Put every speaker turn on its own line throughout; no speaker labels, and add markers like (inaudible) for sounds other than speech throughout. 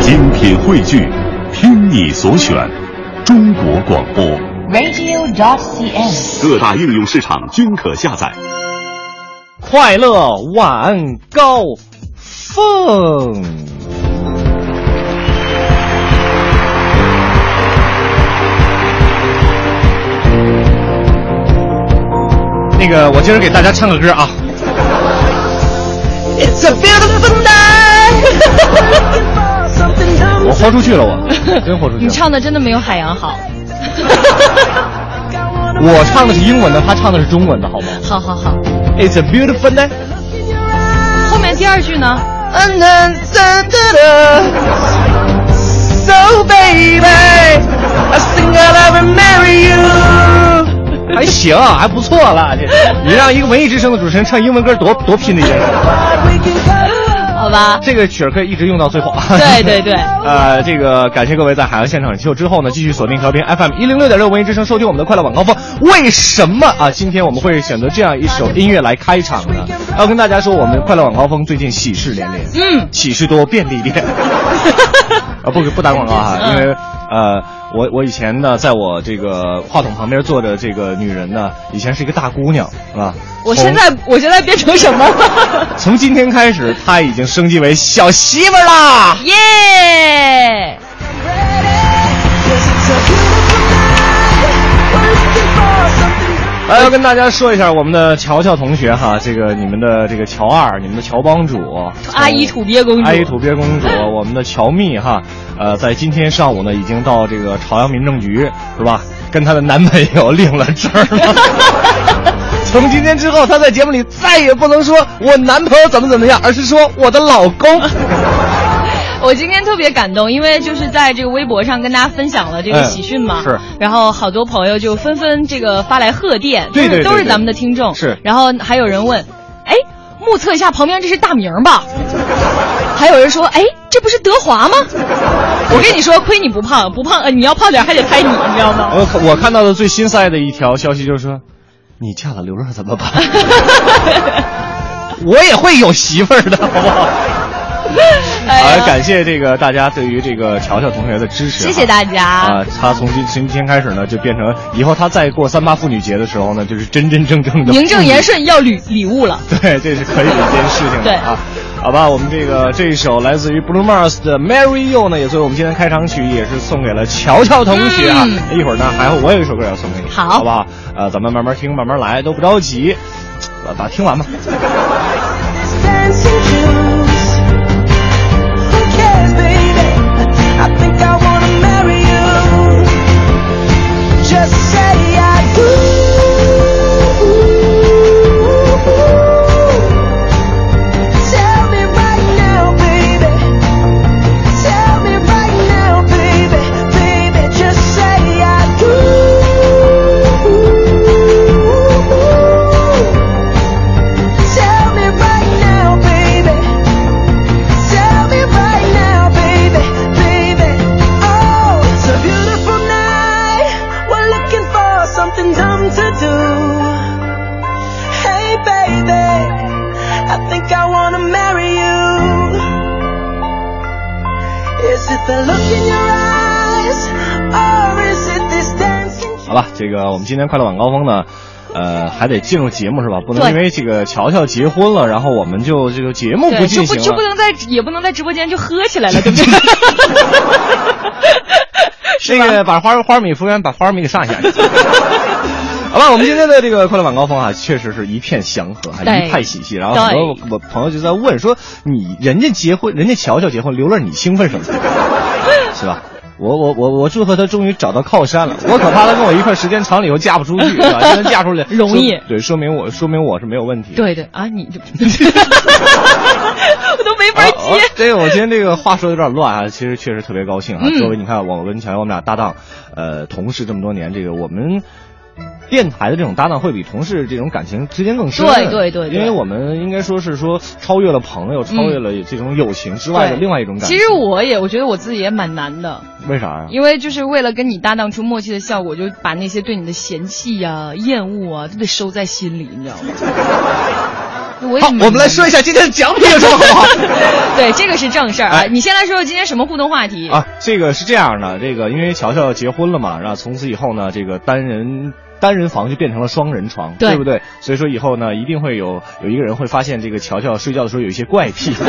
精品汇聚，听你所选，中国广播。
radio.cn。
各大应用市场均可下载。
快乐晚高峰。那个，我今儿给大家唱个歌啊。
It's a beautiful night 。
我豁出去了， (laughs) 我真豁出去
你
了。
唱的真的没有海洋好。
我唱的是英文的，他唱的是中文的，好吗
好好好，
？It's a beautiful day。
后面第二句呢？
So baby, I think I'll ever marry you。还行，还不错了。这你让一个文艺之声的主持人唱英文歌多，多拼的一件事。
好吧，
这个曲儿可以一直用到最后。
对对对
呃，这个感谢各位在海洋现场秀之后呢，继续锁定调频 FM 一零六点六文艺之声，收听我们的快乐晚高峰。为什么啊？今天我们会选择这样一首音乐来开场呢？要跟大家说，我们快乐晚高峰最近喜事连连，
嗯，
喜事多，便
(laughs)
利店。啊，不不打广告哈，因为呃，我我以前呢，在我这个话筒旁边坐着这个女人呢，以前是一个大姑娘啊。
我
从
现在我现在变成什么了？
从今天开始，她已经升级为小媳妇儿啦。 (laughs)
耶！
来，要跟大家说一下我们的乔乔同学哈，这个你们的这个乔二，你们的乔帮主，
阿姨土鳖公主
阿姨土鳖公主，哎我们的乔蜜哈，呃，在今天上午呢，已经到这个朝阳民政局是吧，跟她的男朋友领了证儿了。从今天之后，她在节目里再也不能说 (laughs) 我男朋友怎么怎么样，而是说我的老公。
我今天特别感动，因为就是在这个微博上跟大家分享了这个
哎
喜讯嘛，
是
然后好多朋友就纷纷这个发来贺电，
对对对
都是都是
对
咱们的听众，
是
然后还有人问，哎，目测一下旁边这是大名
(laughs)
吧？还有人说，哎，这不是德华吗？我跟你说，亏你不胖，不胖，呃，你要胖点还得拍你，你知道吗？
(laughs) 我看我看到的最心塞的一条消息就是说，你嫁了刘乐怎么 (laughs) 办？我也会有媳妇儿的，好不好？
哎
好，
呀
感谢这个大家对于这个乔乔同学的支持啊，
谢谢大家
啊！他从今今天开始呢，就变成以后他再过三八妇女节的时候呢，就是真真正正的
名正言
顺。
顺要礼礼物了，
(laughs) 对，这是可以的一件事情
对
的啊。好吧，我们这个这一首来自于 Blue Mars 的《Marry You》呢，也作为我们今天开场曲，也是送给了乔乔同学啊。
嗯
一会儿呢，还有我有一首歌要送给你，
好
好不好？呃，咱们慢慢听，慢慢来，都不着急，呃把它听完吧。
Tell me right now, baby. Tell me right now, baby, baby. Oh, it's a beautiful night. We're looking for something dumb to do. Hey, baby, I think I wanna marry you. Is it the look in your eyes, or is it this dancing?
(laughs) 好吧，这个我们今天快乐晚高峰呢，呃，还得进入节目是吧？不能
对
因为这个乔乔结婚了，然后我们就这个节目不
对，
进
就不
行
就不
了。
能在也不能在直播间就喝起来了，
(laughs)
对不对？
这个把花花米服务员把花米给上一下。
(laughs)
好吧，我们今天的这个快乐晚高峰啊，确实是一片祥和，还
对
一派喜气。然后很多
对
我朋友就在问说，你人家结婚，人家乔乔结婚，刘乐你
(laughs)
兴奋什么？是吧？我我我我祝贺她终于找到靠山了，我可怕她跟我一块儿时间长了以后嫁不出去，是吧？现在嫁出
(laughs)
来
容易
说对，说明我说明我是没有问题的。
对对啊，你就我都没 (laughs) 法
哦哦
接。
这个我今天这个话说的有点乱啊，其实确实特别高兴啊。
嗯
作为你看，我跟乔乔我们俩搭档，呃，同事这么多年，这个我们。电台的这种搭档会比同事这种感情之间更深，
对对对对嗯
因为我们应该说是说超越了朋友，超越了这种友情之外的
对
另外一种感情。啊
其实我也，我觉得我自己也蛮难的，
为啥呀、
因为就是为了跟你搭档出默契的效果，就把啊那些对你的嫌弃呀、厌恶啊，都得收在心里，你知道吗？我也
好，我们来说一下今天的奖品有什么好不好？
(laughs) 对，这个是正事儿啊。
哎
你先来说说今天什么互动话题？
啊，这个是这样的，这个因为乔乔结婚了嘛，然后从此以后呢，这个单人。单人房就变成了双人床，
对
不对？所以说以后呢，一定会有有一个人会发现这个乔乔睡觉的时候有一些怪癖。 (laughs)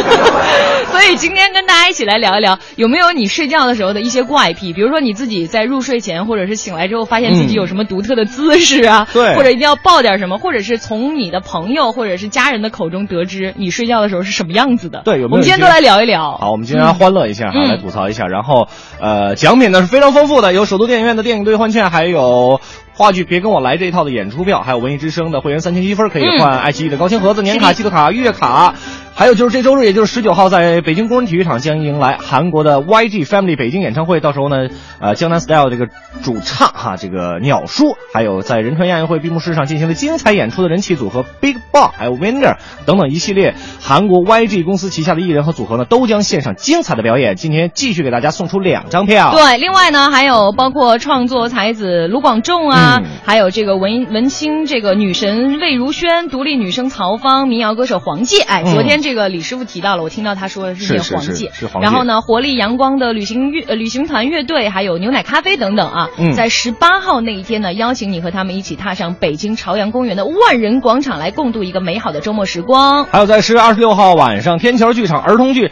所以今天跟大家一起来聊一聊，有没有你睡觉的时候的一些怪癖？比如说你自己在入睡前，或者是醒来之后，发现自己
嗯
有什么独特的姿势啊，
对
或者一定要抱点什么，或者是从你的朋友或者是家人的口中得知你睡觉的时候是什么样子的。
对有没有
我们今天
一
都
些
来聊一聊。
好，我们今天来欢乐一下哈，
嗯
来吐槽一下。然后，呃，奖品呢是非常丰富的，有首都电影院的电影兑换券，还有话剧《别跟我来》这一套的演出票，还有文艺之声的会员三千积分可以
嗯
换爱奇艺的高清盒子、年卡、季度卡、月卡。还有就是这周日，也就是十九号，在北京工人体育场将迎来韩国的 YG Family 北京演唱会。到时候呢，呃，江南 Style 这个主唱哈，这个鸟叔，还有在仁川亚运会闭幕式上进行了精彩演出的人气组合 Big Bang，还有 Winner 等等一系列韩国 YG 公司旗下的艺人和组合呢，都将献上精彩的表演。今天继续给大家送出两张票。
对，另外呢，还有包括创作才子卢广仲啊，
嗯
还有这个文文青这个女神魏如萱，独立女生曹芳，民谣歌手黄玠。哎，
嗯
昨天这个李师傅提到了，我听到他说的是
是
念
是
黄
是
玠
是黄
然后
玠
呢，活力阳光的旅行乐、呃、旅行团乐队，还有牛奶咖啡等等啊，
嗯
在十八号那一天呢，邀请你和他们一起踏上北京朝阳公园的万人广场，来共度一个美好的周末时光。
还有在十月二十六号晚上，天桥剧场儿童剧《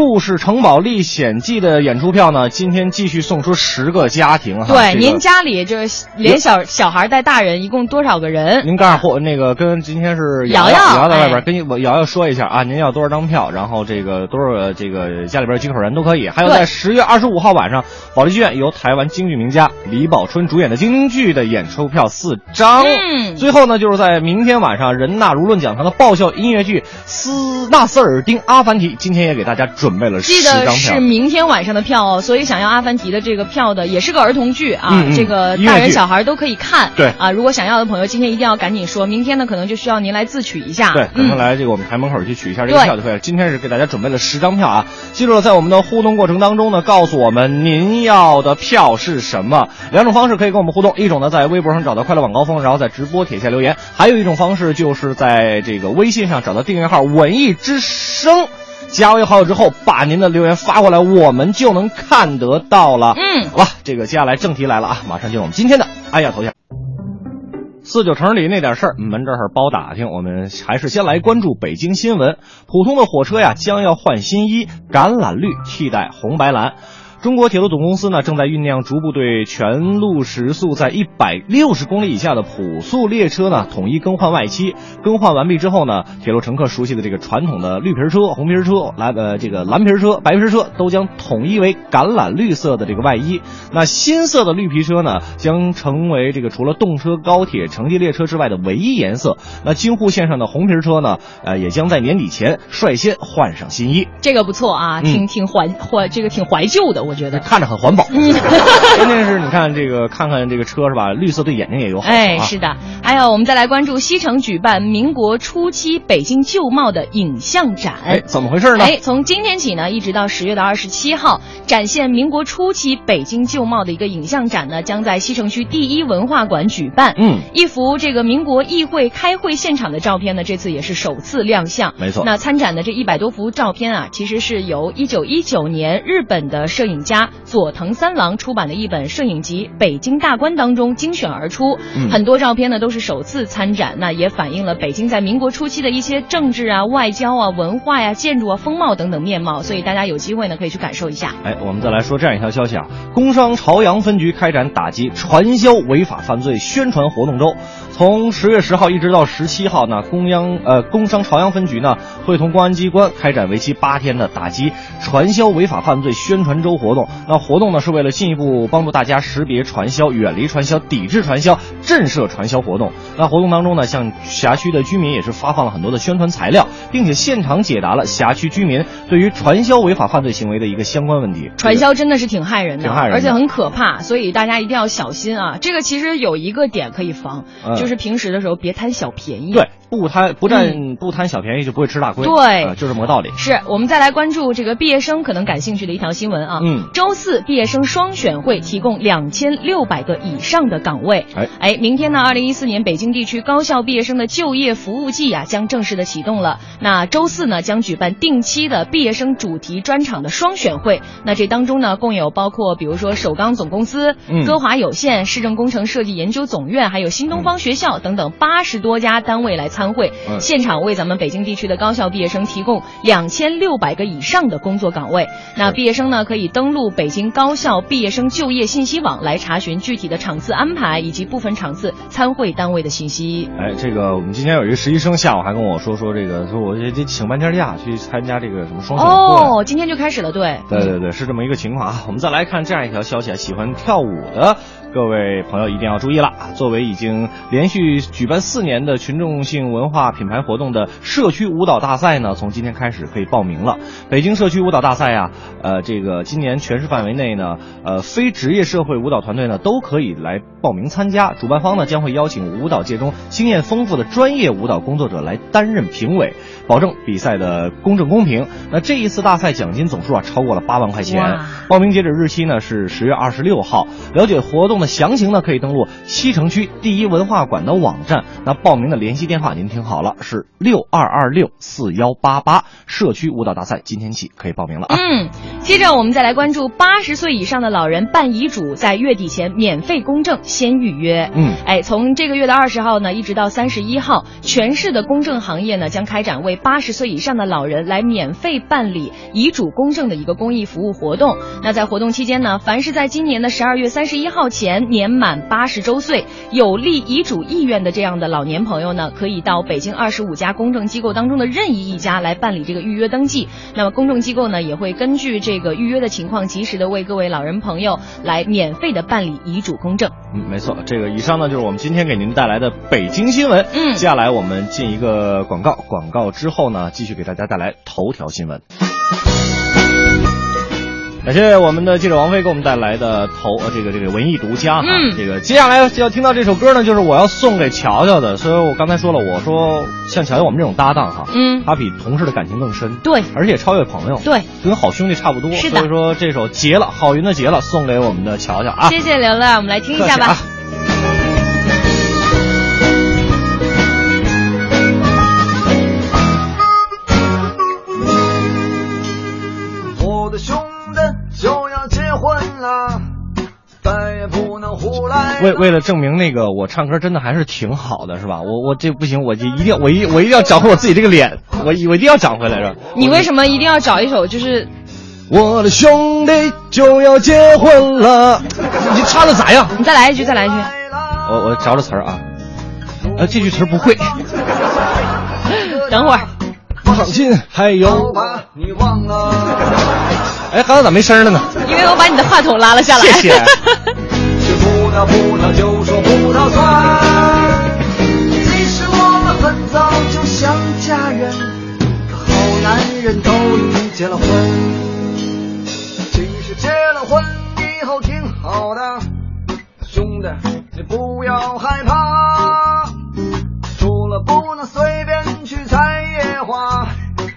故事城堡历险记》的演出票呢，今天继续送出十个家庭哈。
对，
啊这个
您家里就是连小小孩带大人，一共多少个人？
您告诉或那个跟今天是
瑶
瑶
瑶
瑶在外
哎
边，跟我瑶瑶说一下啊，您要多少张票，然后这个多少这个家里边几口人都可以。还有
对
在十月二十五号晚上，保利剧院由台湾京剧名家李宝春主演的京剧的演出票四张。
嗯
最后呢，就是在明天晚上人纳儒论讲堂的爆笑音乐剧《斯纳瑟尔丁·阿凡提》，今天也给大家准备了
记
十张
得
票。
是明天晚上的票哦，所以想要《阿凡提》的这个票的，也是个儿童剧啊，
嗯嗯
这个
音乐
大
剧
人小孩都可以看。
对
啊，如果想要的朋友，今天一定要赶紧说，明天呢可能就需要您来自取一下。
对，赶快
嗯。
来这个我们台门口去取一下这个
对
票就可以了。今天是给大家准备了十张票啊，记住了，在我们的互动过程当中呢，告诉我们您要的票是什么。两种方式可以跟我们互动，一种呢在微博上找到快乐晚高峰，然后在直播帖下留言；还有一种方式就是在这个微信上找到订阅号“文艺之声”。加为好友之后，把您的留言发过来，我们就能看得到了。
嗯
好吧，这个接下来正题来了啊，马上就是我们今天的哎呀头像。四九城里那点事儿，嗯我们这儿包打听。我们还是先来关注北京新闻。普通的火车呀，将要换新衣，橄榄绿替代红白蓝。中国铁路总公司呢，正在酝酿逐步对全路时速在一百六十公里以下的普速列车呢，统一更换外漆。更换完毕之后呢，啊铁路乘客熟悉的这个传统的绿皮车、红皮车、蓝呃这个蓝皮车、白皮车都将统一为橄榄绿色的这个外衣。那新色的绿皮车呢，将成为这个除了动车、高铁、城际列车之外的唯一颜色。那京沪线上的红皮车呢，呃，也将在年底前率先换上新衣，
这个不错
嗯
啊，挺挺怀怀这个挺怀旧的，我觉得。
看着很环
(laughs)
保。关键是你看这个，看看这个车是吧？绿色对眼睛也有好处啊。
哎，是的，还有我们再来关注西城举办民国初期北京旧貌的影像展。
哎，怎么回事呢？
哎，从今天起呢，一直到十月的二十七号，展现民国初期北京旧貌的一个影像展呢，将在西城区第一文化馆举办。
嗯，
一幅这个民国议会开会现场的照片呢，这次也是首次亮相。
没错
那参展的这一百多幅照片啊，其实是由一九一九年日本的摄影家佐藤三郎出版的一本摄影集《北京大观》当中精选而出。
嗯
很多照片呢都是首次参展，那也反映了北京在民国初期的一些政治啊、外交啊、文化呀、建筑啊、风貌等等面貌。所以大家有机会呢可以去感受一下。
哎，我们再来说这样一条消息啊，工商朝阳分局开展打击传销违法犯罪宣传活动周，从十月十号一直到十七号呢，工央呃工商朝阳分局呢会同公安机关开展为期八天的打击传销违法犯罪宣传周活动。那活动呢是为了进一步帮助大家识别传销、远离传销、抵制传销、震慑传销活动。那活动当中呢，向辖区的居民也是发放了很多的宣传材料，并且现场解答了辖区居民对于传销违法犯罪行为的一个相关问题。
传销真的是挺害人的，啊
挺害人的
而且很可怕，所以大家一定要小心啊！这个其实有一个点可以防，
嗯
就是平时的时候别贪小便宜。嗯
对，不贪不占、不贪小便宜就不会吃大亏，
对
呃就这么个道理。
是我们再来关注这个毕业生可能感兴趣的一条新闻啊。
嗯嗯
周四毕业生双选会提供两千六百个以上的岗位。
哎
哎，明天呢，二零一四年北京地区高校毕业生的就业服务季啊，将正式的启动了。那周四呢，将举办定期的毕业生主题专场的双选会。那这当中呢，共有包括比如说首钢总公司、
嗯
歌华有限、市政工程设计研究总院，还有新东方学校等等八十多家单位来参会，
嗯
现场为咱们北京地区的高校毕业生提供两千六百个以上的工作岗位。那毕业生呢，可以登录北京高校毕业生就业信息网来查询具体的场次安排以及部分场次参会单位的信息。
哎，这个我们今天有一个实习生下午还跟我说说这个，说我得得请半天假去参加这个什么双选会。
哦，今天就开始了，对，
对对对，是这么一个情况啊。我们再来看这样一条消息啊，喜欢跳舞的各位朋友一定要注意了啊！作为已经连续举办四年的群众性文化品牌活动的社区舞蹈大赛呢，从今天开始可以报名了。北京社区舞蹈大赛啊，呃，这个今年全市范围内呢，呃，非职业社会舞蹈团队呢都可以来报名参加。主办方呢将会邀请舞蹈界中经验丰富的专业舞蹈工作者来担任评委，保证比赛的公正公平。那这一次大赛奖金总数啊超过了八万块钱
哇。
报名截止日期呢是十月二十六号。了解活动的详情呢，可以登录西城区第一文化馆的网站。那报名的联系电话您听好了，是六二二六四幺八八。社区舞蹈大赛今天起可以报名了啊！
嗯，接着我们再来关注八十岁以上的老人办遗嘱，在月底前免费公证，先预约。
嗯
哎，从这个月的二十号呢，一直到三十一号，全市的公证行业呢将开展为八十岁以上的老人来免费办理遗嘱公证的一个公益服务活动。那在活动期间呢，凡是在今年的十二月三十一号前年满八十周岁、有立遗嘱意愿的这样的老年朋友呢，可以到北京二十五家公证机构当中的任意一家来办理这个预约登记。那么公证机构呢，也会根据这个预约的情况，及时的为各位老人朋友来免费的办理遗嘱公证。
嗯，没错，这个以上呢就是我们今天给您带来的北京新闻。
嗯
接下来我们进一个广告，广告之后呢，继续给大家带来头条新闻。感谢我们的记者王菲给我们带来的头呃这个这个文艺独家哈，
嗯
这个接下来要听到这首歌呢，就是我要送给乔乔的。所以我刚才说了，我说像乔乔我们这种搭档哈，
嗯，
他比同事的感情更深，
对
而且超越朋友，
对，
跟好兄弟差不多。
是的
所以说这首结了，郝云的结了，送给我们的乔乔啊，
谢谢刘乐，我们来听一下吧
客气。啊
我的兄弟就要结婚了，再也不能胡来。
为为了证明那个我唱歌真的还是挺好的，是吧？我我这不行，我这一定要我一我一定要找回我自己这个脸，我我一定要长回来，是吧？
你为什么一定要找一首就是
我的兄弟就要结婚了，你唱的咋样？
你再来一句，再来一句。
啊我我找找词儿啊，呃，这句词儿不会。
等会儿，
放心，还
都
有，
把你忘了，
哎，刚才咋没声儿了呢？
因为我把你的话筒拉了下来。
谢谢
吃葡萄葡萄就说葡萄酸。其实我们很早就想嫁人，可好男人都已结了婚。其实结了婚以后挺好的，兄弟你不要害怕。除了不能随便去采野花，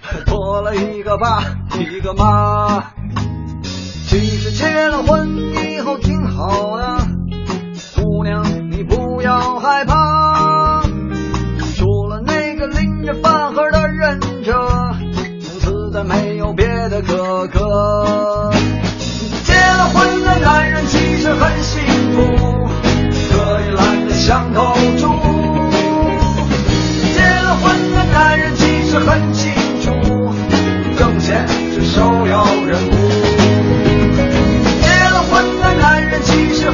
还多了一个爸，一个妈。其实结了婚以后挺好的，姑娘你不要害怕。除了那个拎着饭盒的忍者，从此再没有别的可歌。结了婚的男人其实很幸福，可以懒得像头猪。结了婚的男人其实很清楚，挣钱是首要任务。结了婚的男人其实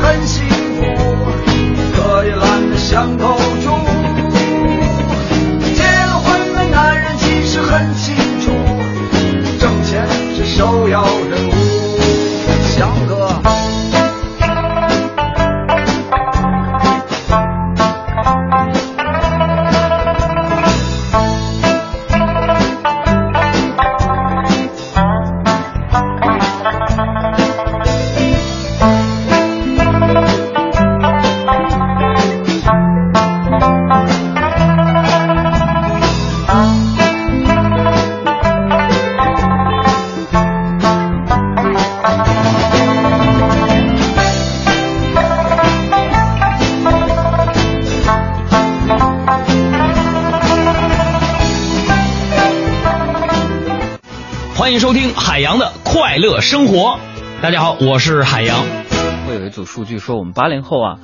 欢迎收听海洋的快乐生活。大家好，我是海洋。
会有一组数据说我们八零后啊，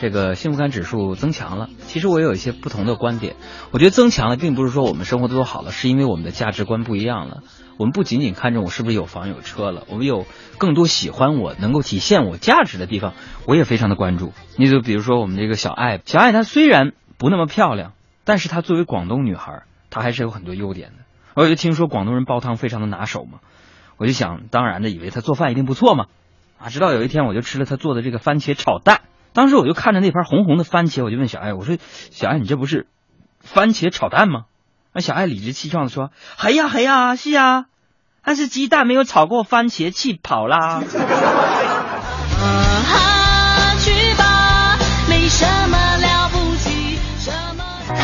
这个幸福感指数增强了。其实我也有一些不同的观点，我觉得增强了并不是说我们生活的多好了，是因为我们的价值观不一样了。我们不仅仅看重我是不是有房有车了，我们有更多喜欢我能够体现我价值的地方，我也非常的关注。你就比如说我们这个小爱，小爱她虽然不那么漂亮，但是她作为广东女孩，她还是有很多优点的。我就听说广东人煲汤非常的拿手嘛，我就想当然的以为她做饭一定不错嘛，啊，直到有一天我就吃了他做的这个番茄炒蛋，当时我就看着那盘红红的番茄，我就问小艾，我说小艾你这不是番茄炒蛋吗？那小艾理直气壮的说，嘿呀嘿呀是啊，但是鸡蛋没有炒过番茄气跑啦。
啊，去吧，没什么了不起，什么。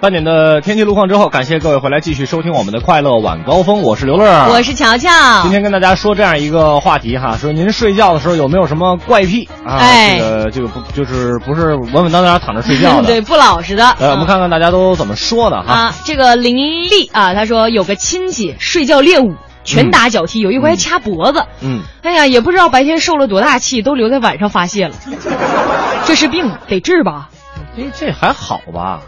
半点的天气路况之后，感谢各位回来继续收听我们的快乐晚高峰，我是刘乐，
(laughs) 我是乔乔。
今天跟大家说这样一个话题哈，说您睡觉的时候有没有什么怪癖啊？
哎
这个这个不就是不是稳稳当当躺着睡觉
(laughs)
的？
对，不老实的。
呃，我
嗯
们看看大家都怎么说的哈。
啊，这个林丽啊，她说有个亲戚睡觉练武，拳打脚踢，有一回还掐脖子。
嗯，
哎呀，也不知道白天受了多大气，都留在晚上发泄
(laughs)
了。这是病，得治吧？
哎，这还好吧？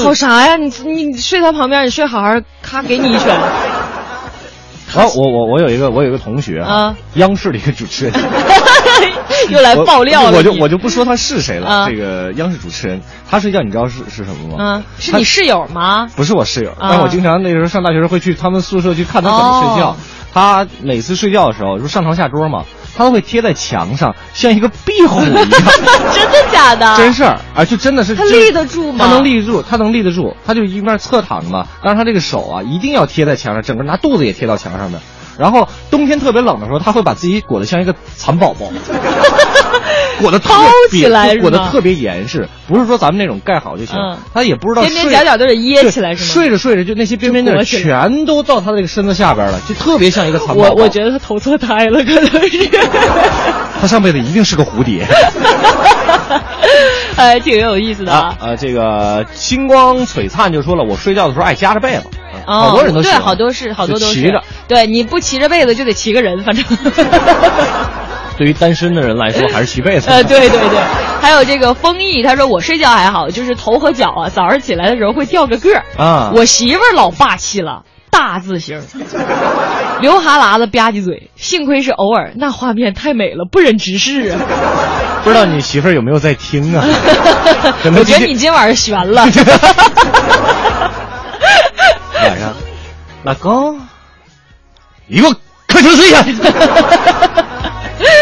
好啥呀？你你睡他旁边，你睡好好，咔给你一拳。
啊，我我我有一个我有一个同学
啊，
央视的一个主持人，
(laughs) 又来
我
爆料了
我
你，
就我就不说他是谁了。
啊
这个央视主持人，他睡觉你知道是是什么吗？
嗯，是你室友吗？
不是我室友，
啊
但我经常那时候上大学时候会去他们宿舍去看他怎么睡觉
哦。
他每次睡觉的时候，就上床下桌嘛，他都会贴在墙上，像一个壁虎一样。
(laughs) 真的假的？
真事儿啊，就真的是
他
就是
立得住吗
他能立得住，他能立得住，他就一面侧躺着嘛，但是他这个手啊，一定要贴在墙上，整个拿肚子也贴到墙上面。然后冬天特别冷的时候，他会把自己裹得像一个蚕宝
(laughs)
宝，裹得特
包
别
起来是吗
裹得特别严实，不是说咱们那种盖好就行
嗯，
他也不知道
边边
睡
角角都得掖
对
起来是吗
睡着睡着就那些边边角
就裹
角
起来
全都到他的这个身子下边了，就特别像一个蚕宝宝。
我我觉得他投错胎了，可能是。
(laughs) 他上辈子一定是个蝴蝶。
(laughs) 哎，挺有意思的
啊，呃，这个星光璀璨就说了，我睡觉的时候爱夹着被子，
哦
好多人都喜
对，
欢
好多是好多都
就是骑着。
对，你不骑着被子就得骑个人，反正。
对于单身的人来说，还是骑被子。
呃，对对对，还有这个丰毅，他说我睡觉还好，就是头和脚啊，早上起来的时候会掉个个儿
啊
我媳妇儿老霸气了，大字型儿，流哈喇子吧唧嘴，幸亏是偶尔，那画面太美了，不忍直视啊。？
(laughs) 不知道你媳妇儿有没有在听啊
我觉得你今晚上悬
(laughs)
了。
晚上，老公，你给我快点睡 (laughs) 下去。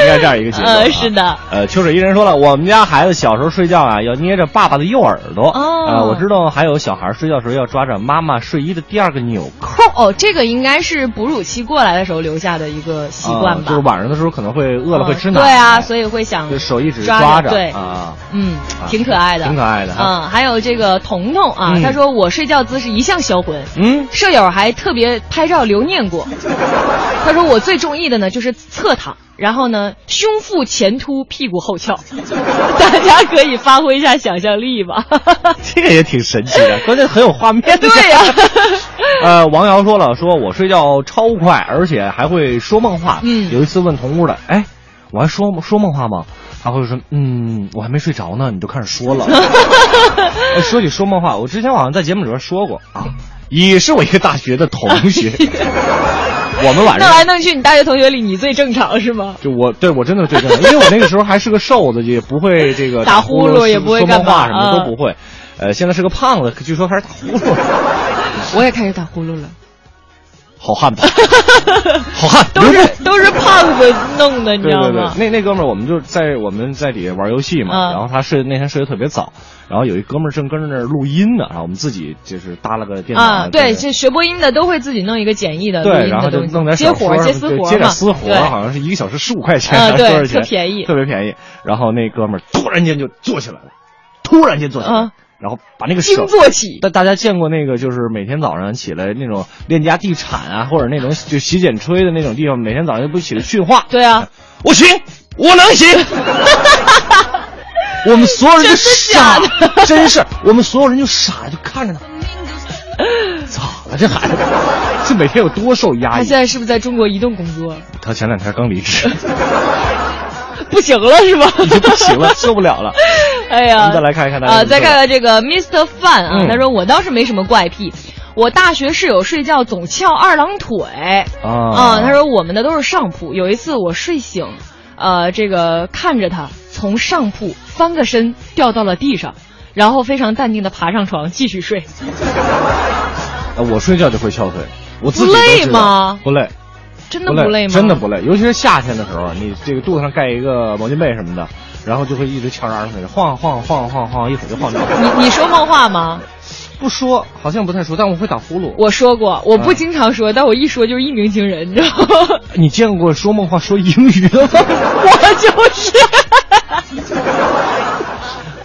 应该这样一个节奏、啊。
呃是的。
呃，秋水伊人说了，我们家孩子小时候睡觉啊，要捏着爸爸的右耳朵。
哦
呃我知道还有小孩睡觉时候要抓着妈妈睡衣的第二个纽扣。
哦，这个应该是哺乳期过来的时候留下的一个习惯
啊
吧。
就是晚上的时候可能会饿了会吃
嗯
奶。
对啊，所以会想
就手一直
抓
抓着
对
啊
嗯
啊，
挺可爱的，
挺可爱的
嗯，还有这个彤彤啊，
嗯
他说我睡觉姿势一向销魂，
嗯
舍友还特别拍照留念过。 (laughs) 他说我最中意的呢就是侧躺，然后呢胸腹前凸，屁股后翘， (laughs) 大家可以发挥一下想象力吧。
这个也挺神奇的，关键很有 (laughs) 画面。
对呀、 (laughs)
呃，王瑶说了，说我睡觉超快，而且还会说梦话。
嗯
有一次问同屋的，哎，我还说说梦话吗？他会说，嗯，我还没睡着呢，你就开始
(laughs)
说了。哎说起说梦话，我之前好像在节目里边说过啊，也是我一个大学的同
(laughs)
学，
哎
我们晚
弄
上
来弄去，你大学同学里你最正常是 (laughs) 吗？
就我对我真的是最正常，因为我那个时候还是个瘦子，也不会这个
打
呼
呼噜
说
也不会
说
干
梦
嘛
话什么的
嗯
都不会。呃，现在是个胖子，据说开始打
(laughs)
呼噜了，
我也开始打呼噜了，
好汉吧，好汉，
都是 (laughs) 都是胖子弄的，你知
对
道
对对
吗，？
那那哥们儿，我们就在我们在底下玩游戏嘛，
嗯
然后他睡那天睡得特别早，然后有一哥们儿正跟着那儿录音呢，然后我们自己就是搭了个电脑
啊，对，
这
这学播音的都会自己弄一个简易的录
对，
音
然后
的
就
东西，
弄点
接
小
活
说
儿
儿
接私
对
活儿
接点
嘛，
私活
对
儿，好像是一个小时十五块钱，
啊
(laughs) 还是多
对
少钱
特便宜
特别便宜。然后那哥们儿突然间就坐起来了，突然间坐起来，
嗯
然后把那个手
经。坐起，
但大家见过那个，就是每天早上起来那种链家地产啊，或者那种就洗剪吹的那种地方，每天早上不起来训话，
对啊，
我行，我能行。
(laughs)
我们所有人就傻，真是我们所有人就傻，就
(laughs)
看着他，咋了这孩子？这每天有多受压
他
抑？
现在是不是在中国移动工作？
他前两天刚离职，
(laughs) 不行了是吗？
(laughs) 已经不
(laughs)
行了，受不了了。
哎呀，
我们再来看一看大家
啊、
怎么
再
说
看看这个 Mr. Fan 啊，
嗯
他说我倒是没什么怪癖，我大学室友睡觉总翘二郎腿
啊
哦
他说我们的都是上铺，有一次我睡醒，呃，这个看着他从上铺翻个身掉到了地上，然后非常淡定的爬上床继续睡，
啊我睡觉就会翘腿，我自己
不累
都知道
吗
不累，
真的不累吗？
真的不累，尤其是夏天的时候，你这个肚子上盖一个毛巾被什么的，然后就会一直翘着二郎腿晃晃晃晃晃，一会儿就晃着。
(laughs) 你你说梦话吗？
不说好像不太说，但我会打
(laughs)
呼噜。
我说过，我不
嗯
经常说，但我一说就是一鸣惊人，你知道吗？ (laughs)
你见过说梦话说英语的吗？
我就是， (laughs)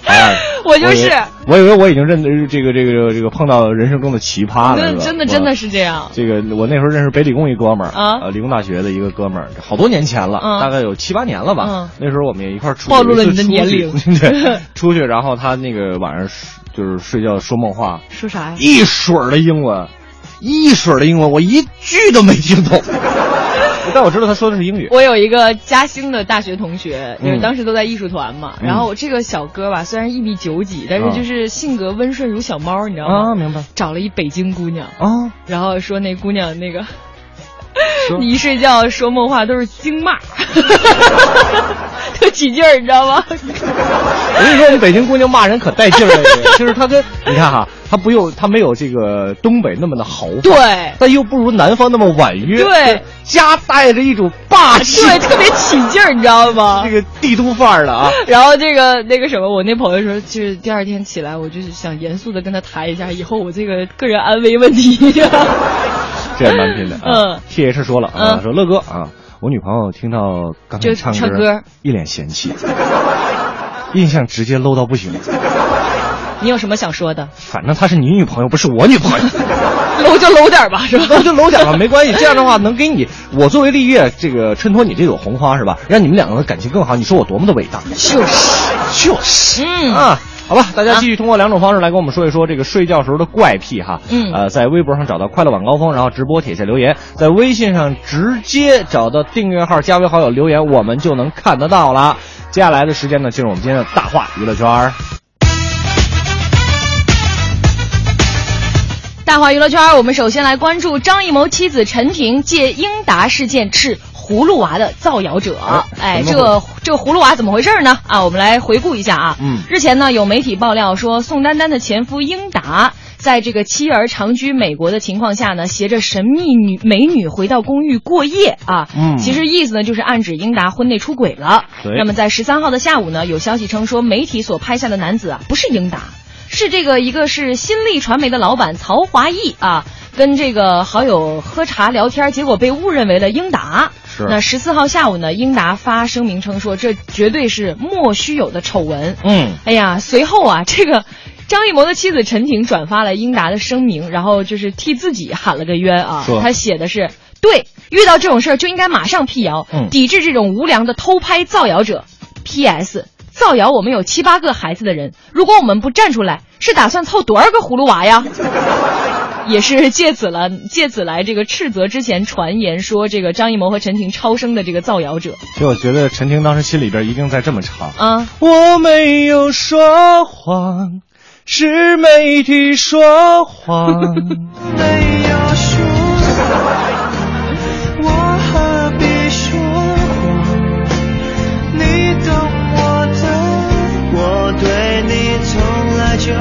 哎
我就是，
我以为我以为我已经认得这个这个这个这个碰到人生中的奇葩了，
真
是吧
真的
我
真的是这样。
这个我那时候认识北理工一哥们儿
啊
呃，理工大学的一个哥们儿，好多年前了，
嗯
大概有七八年了吧。
嗯
那时候我们也一块儿出去，
暴露了
有一
你的
次出
年
去
龄
(laughs)
(laughs)
对，出去，然后他那个晚上睡就是睡觉说梦话，
说啥呀？
一水儿的英文，一水儿的英文，我一句都没听懂。 (laughs) 但我知道他说的是英语。
我有一个嘉兴的大学同学，就是
嗯
当时都在艺术团嘛。
嗯
然后这个小哥吧，虽然一米九几，但是
啊
就是性格温顺如小猫，你知道吗？
啊，明白
找了一北京姑娘，
啊，
然后说那姑娘那个，(laughs)
说
你一睡觉说梦话都是京
(laughs)
骂，特起劲儿，你知道吗？
我跟你说，我们北京姑娘骂人可带劲儿了，就是她跟你看哈，她不有她没有这个东北那么的豪放，
对
但又不如南方那么婉约，
对，
夹带着一种霸气，
对，特别起劲儿，你知道吗？
(laughs) 这个帝都范儿的啊。
(laughs) 然后这个那个什么，我那朋友说，就是第二天起来，我就是想严肃的跟他谈一下以后我这个个人安危问题。
这也蛮拼的啊。
嗯
T H 说了啊，
嗯
说乐哥啊，我女朋友听到刚才
就
唱
唱歌
一脸嫌弃，印象直接 low 到不行。
(laughs) 你有什么想说的
反正她是你女朋友，不是我女朋友，
搂就 (laughs) 搂点儿吧，是吧？
那就 low 点吧，没关系。这样的话能给你，我作为丽月，这个衬托你这朵红花是吧？让你们两个的感情更好。你说我多么的伟大，
就是，
就是。
嗯，
啊。好吧，大家继续通过两种方式来跟我们说一说这个睡觉时候的怪癖哈。
嗯
呃，在微博上找到快乐晚高峰，然后直播帖下留言，在微信上直接找到订阅号加为好友留言，我们就能看得到啦。接下来的时间呢，进入我们今天的大话娱乐圈儿。
大话娱乐圈，我们首先来关注张艺谋妻子陈婷借英达事件斥葫芦娃的造谣者。哎，
哎
这
怎么
个这个葫芦娃怎么回事呢？啊，我们来回顾一下啊。
嗯
日前呢，有媒体爆料说，宋丹丹的前夫英达。在这个妻儿长居美国的情况下呢，携着神秘女美女回到公寓过夜啊，
嗯
其实意思呢就是暗指英达婚内出轨了。
对
那么在十三号的下午呢，有消息称说，媒体所拍下的男子啊不是英达，是这个一个是新力传媒的老板曹华义啊，跟这个好友喝茶聊天，结果被误认为了英达。
是
那十四号下午呢，英达发声明称说，这绝对是莫须有的丑闻。
嗯，
哎呀，随后啊，这个张艺谋的妻子陈婷转发了英达的声明，然后就是替自己喊了个冤啊
说。
他写的是：对，遇到这种事儿就应该马上辟谣，
嗯
抵制这种无良的偷拍造谣者。P.S. 造谣我们有七八个孩子的人，如果我们不站出来，是打算凑多少个葫芦娃呀？ (laughs) 也是借此了，借此来这个斥责之前传言说这个张艺谋和陈婷超生的这个造谣者
其实我觉得陈婷当时心里边一定在这么唱：
啊，
我没有说谎，是媒体说谎。
没有说，我何必说谎？你懂我的，我对你从来就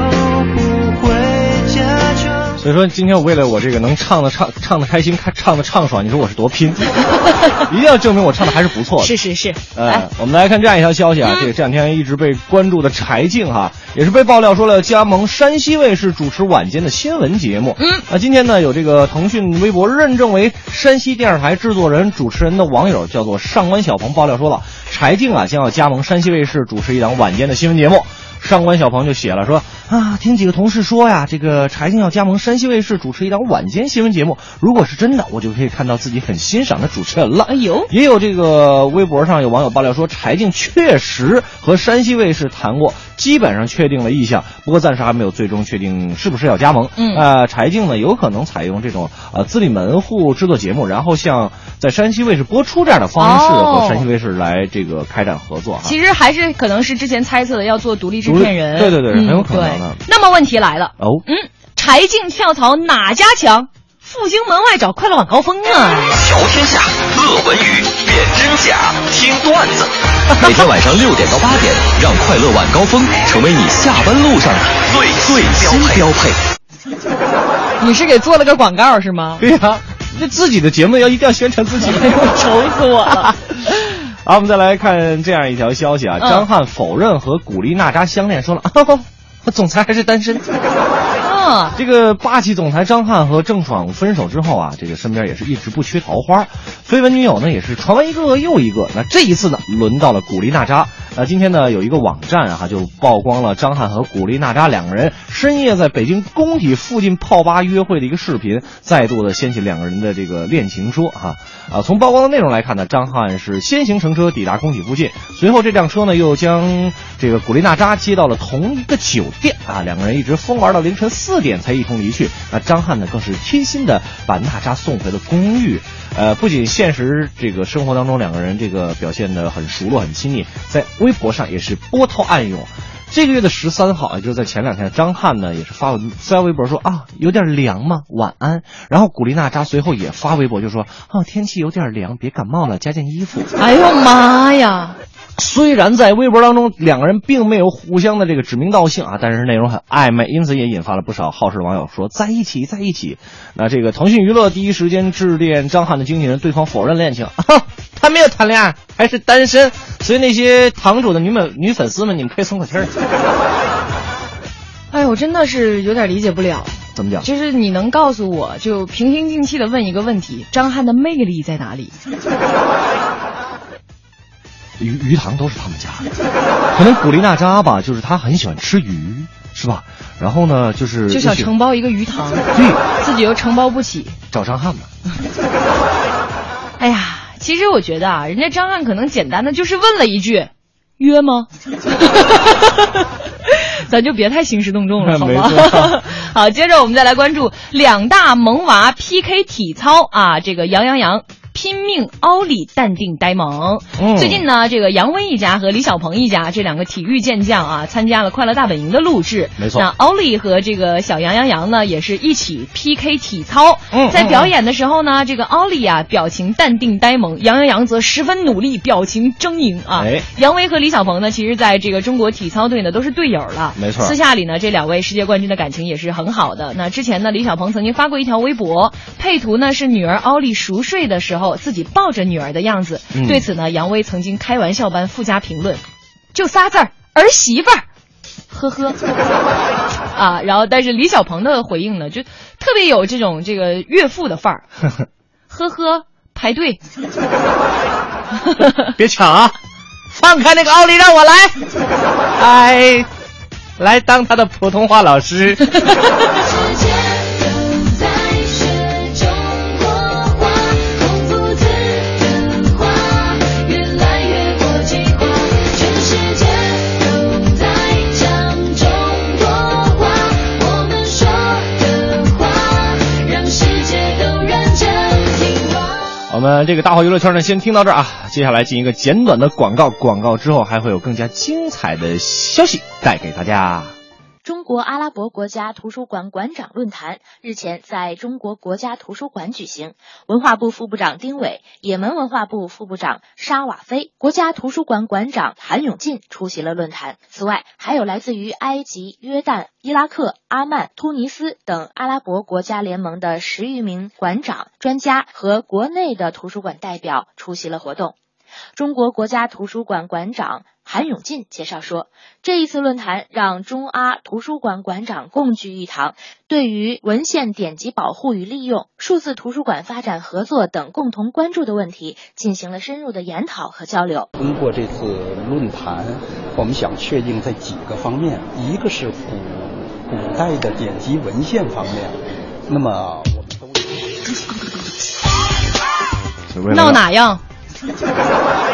不会假装。
所以说，今天我为了我这个能唱的唱唱的开心，看唱的畅爽，你说我是
(laughs)
多拼，一定要证明我唱的还是不错
(laughs)
的。
是哎嗯是是，
呃，我们来看这样一条消息啊，这个这两天一直被关注的柴静哈，也是被爆料说了加盟山西卫视主持晚间的新闻节目。
嗯，
那今天呢，有这个腾讯微博认证为山西电视台制作人、主持人的网友叫做上官小鹏爆料说了，柴静啊将要加盟山西卫视主持一档晚间的新闻节目。上官小鹏就写了说啊，听几个同事说呀，这个柴静要加盟山西卫视主持一档晚间新闻节目，如果是真的，我就可以看到自己很欣赏的主持人了。
哎呦
也有这个微博上有网友爆料说，柴静确实和山西卫视谈过，基本上确定了意向，不过暂时还没有最终确定是不是要加盟。
嗯
呃，柴静呢有可能采用这种呃自立门户制作节目，然后像在山西卫视播出这样的方式
哦
和山西卫视来这个开展合作哈。
其实还是可能是之前猜测的要做独立制片人，
独立对对对
嗯
很有可能啊的
对那么问题来了，
哦，
嗯，柴静跳槽哪家强？复兴门外找快乐晚高峰啊！
瞧天下，乐文娱，辨真假，听段子。
(laughs)
每天晚上六点到八点，让快乐晚高峰成为你下班路上的
(laughs)
最最新标配。
你是给做了个广告是吗？
对呀、这自己的节目要一定要宣传自
(laughs)
己。
愁死我了！
好，我们再来看这样一条消息啊，
嗯
张翰否认和古力娜扎相恋，说了，啊 (laughs) 总裁还是单身。
啊，
这个霸气总裁张翰和郑爽分手之后啊，这个身边也是一直不缺桃花，绯闻女友呢也是传闻一个又一个。那这一次呢，轮到了古力娜扎。呃，今天呢有一个网站啊，就曝光了张翰和古力娜扎两个人深夜在北京工体附近泡吧约会的一个视频，再度的掀起两个人的这个恋情说哈啊。从曝光的内容来看呢，张翰是先行乘车抵达工体附近，随后这辆车呢又将这个古力娜扎接到了同一个酒店啊，两个人一直疯玩到凌晨四点才一同离去。那张翰呢更是贴心的把娜扎送回了公寓。呃，不仅现实这个生活当中两个人这个表现的很熟络、很亲密，在微博上也是波涛暗涌。这个月的十三号，也啊就是在前两天，张翰呢也是发文发微博说啊，有点凉嘛，晚安。然后古力娜扎随后也发微博就说啊，天气有点凉，别感冒了，加件衣服。
哎呦妈呀！
虽然在微博当中两个人并没有互相的这个指名道姓啊，但是内容很暧昧，因此也引发了不少好事网友说在一起，在一起。那这个腾讯娱乐第一时间致电张翰的经纪人，对方否认恋情， (laughs) 他没有谈恋爱，还是单身。所以那些堂主的女粉女粉丝们，你们可以松口气儿。
哎呦，我真的是有点理解不了。
怎么讲？
就是你能告诉我，就平心静气的问一个问题：张翰的魅力在哪里？
鱼鱼塘都是他们家 (laughs) 的，可能古力娜扎吧，就是她很喜欢吃鱼，是吧？然后呢，就是嗯
就想承包一个鱼塘，
对
自己又承包不起。
找张翰嘛。
哎呀，其实我觉得啊，人家张翰可能简单的就是问了一句：“约
(laughs)
吗？”咱就别太兴师动
(laughs)
众了，好
没
吗
错？
(laughs) 好，接着我们再来关注两大萌娃 PK 体操啊，这个杨阳洋。拼命奥利，淡定呆萌。
嗯
最近呢，这个杨威一家和李小鹏一家这两个体育健将啊，参加了《快乐大本营》的录制。
没错
那奥利和这个小杨阳洋呢，也是一起 PK 体操。
嗯
在
嗯
表演的时候呢，这个奥利啊，表情淡定呆萌；杨阳洋则十分努力，表情狰狞啊。
哎
杨威和李小鹏呢，其实在这个中国体操队呢都是队友了，
没错
私下里呢，这两位世界冠军的感情也是很好的。那之前呢，李小鹏曾经发过一条微博，配图呢是女儿奥利熟睡的时候自己抱着女儿的样子。
嗯
对此呢，杨威曾经开玩笑般附加评论，就仨字儿儿媳妇儿，呵呵。 (laughs) 啊，然后但是李小鹏的回应呢，就特别有这种这个岳父的范
(laughs)
儿，呵呵，排队。
别抢啊！放开那个奥利，让我 (laughs) 来！哎，来当他的普通话
(laughs)
老师。
世界正在学中国话，孔夫子的话越来越国际化，全世界都在讲中国话，我们说的话让世界都认真听完。
我们这个大话娱乐圈呢，先听到这儿啊，接下来进一个简短的广告，广告之后还会有更加精彩的消息带给大家。
中国阿拉伯国家图书馆馆长论坛日前在中国国家图书馆举行，文化部副部长丁伟、也门文化部副部长沙瓦菲、国家图书馆馆长韩永进出席了论坛。此外，还有来自于埃及、约旦、伊拉克、阿曼、突尼斯等阿拉伯国家联盟的十余名馆长、专家和国内的图书馆代表出席了活动。中国国家图书馆馆长韩永进介绍说，这一次论坛让中阿图书馆馆长共聚一堂，对于文献典籍保护与利用、数字图书馆发展合作等共同关注的问题进行了深入的研讨和交流。
通过这次论坛，我们想确定在几个方面，一个是古古代的典籍文献方面，那么我们都有
闹哪样？
(laughs)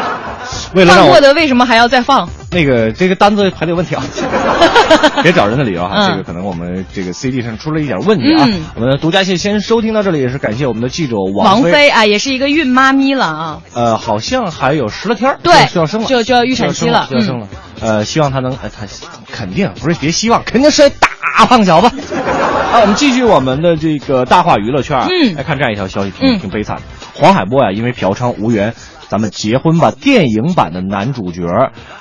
为了
放
让我
过的为什么还要再放？
那个这个单子排列有问题
(laughs)
啊，别找人的理由哈，
嗯
这个可能我们这个 CD 上出了一点问题啊
嗯。
我们的独家线先收听到这里，也是感谢我们的记者
王
菲。
菲啊，也是一个孕妈咪了啊。
呃，好像还有十来天儿
对
就要生了，
就就要预产期了嗯
就要生了。呃，希望她能，呃，她肯定不是别希望，肯定是大胖
(laughs)
小子。啊，我们继续我们的这个大话娱乐圈，啊
嗯
来看这样一条消息，挺
嗯
挺悲惨的。黄海波呀，因为嫖娼无缘。咱们结婚吧，电影版的男主角。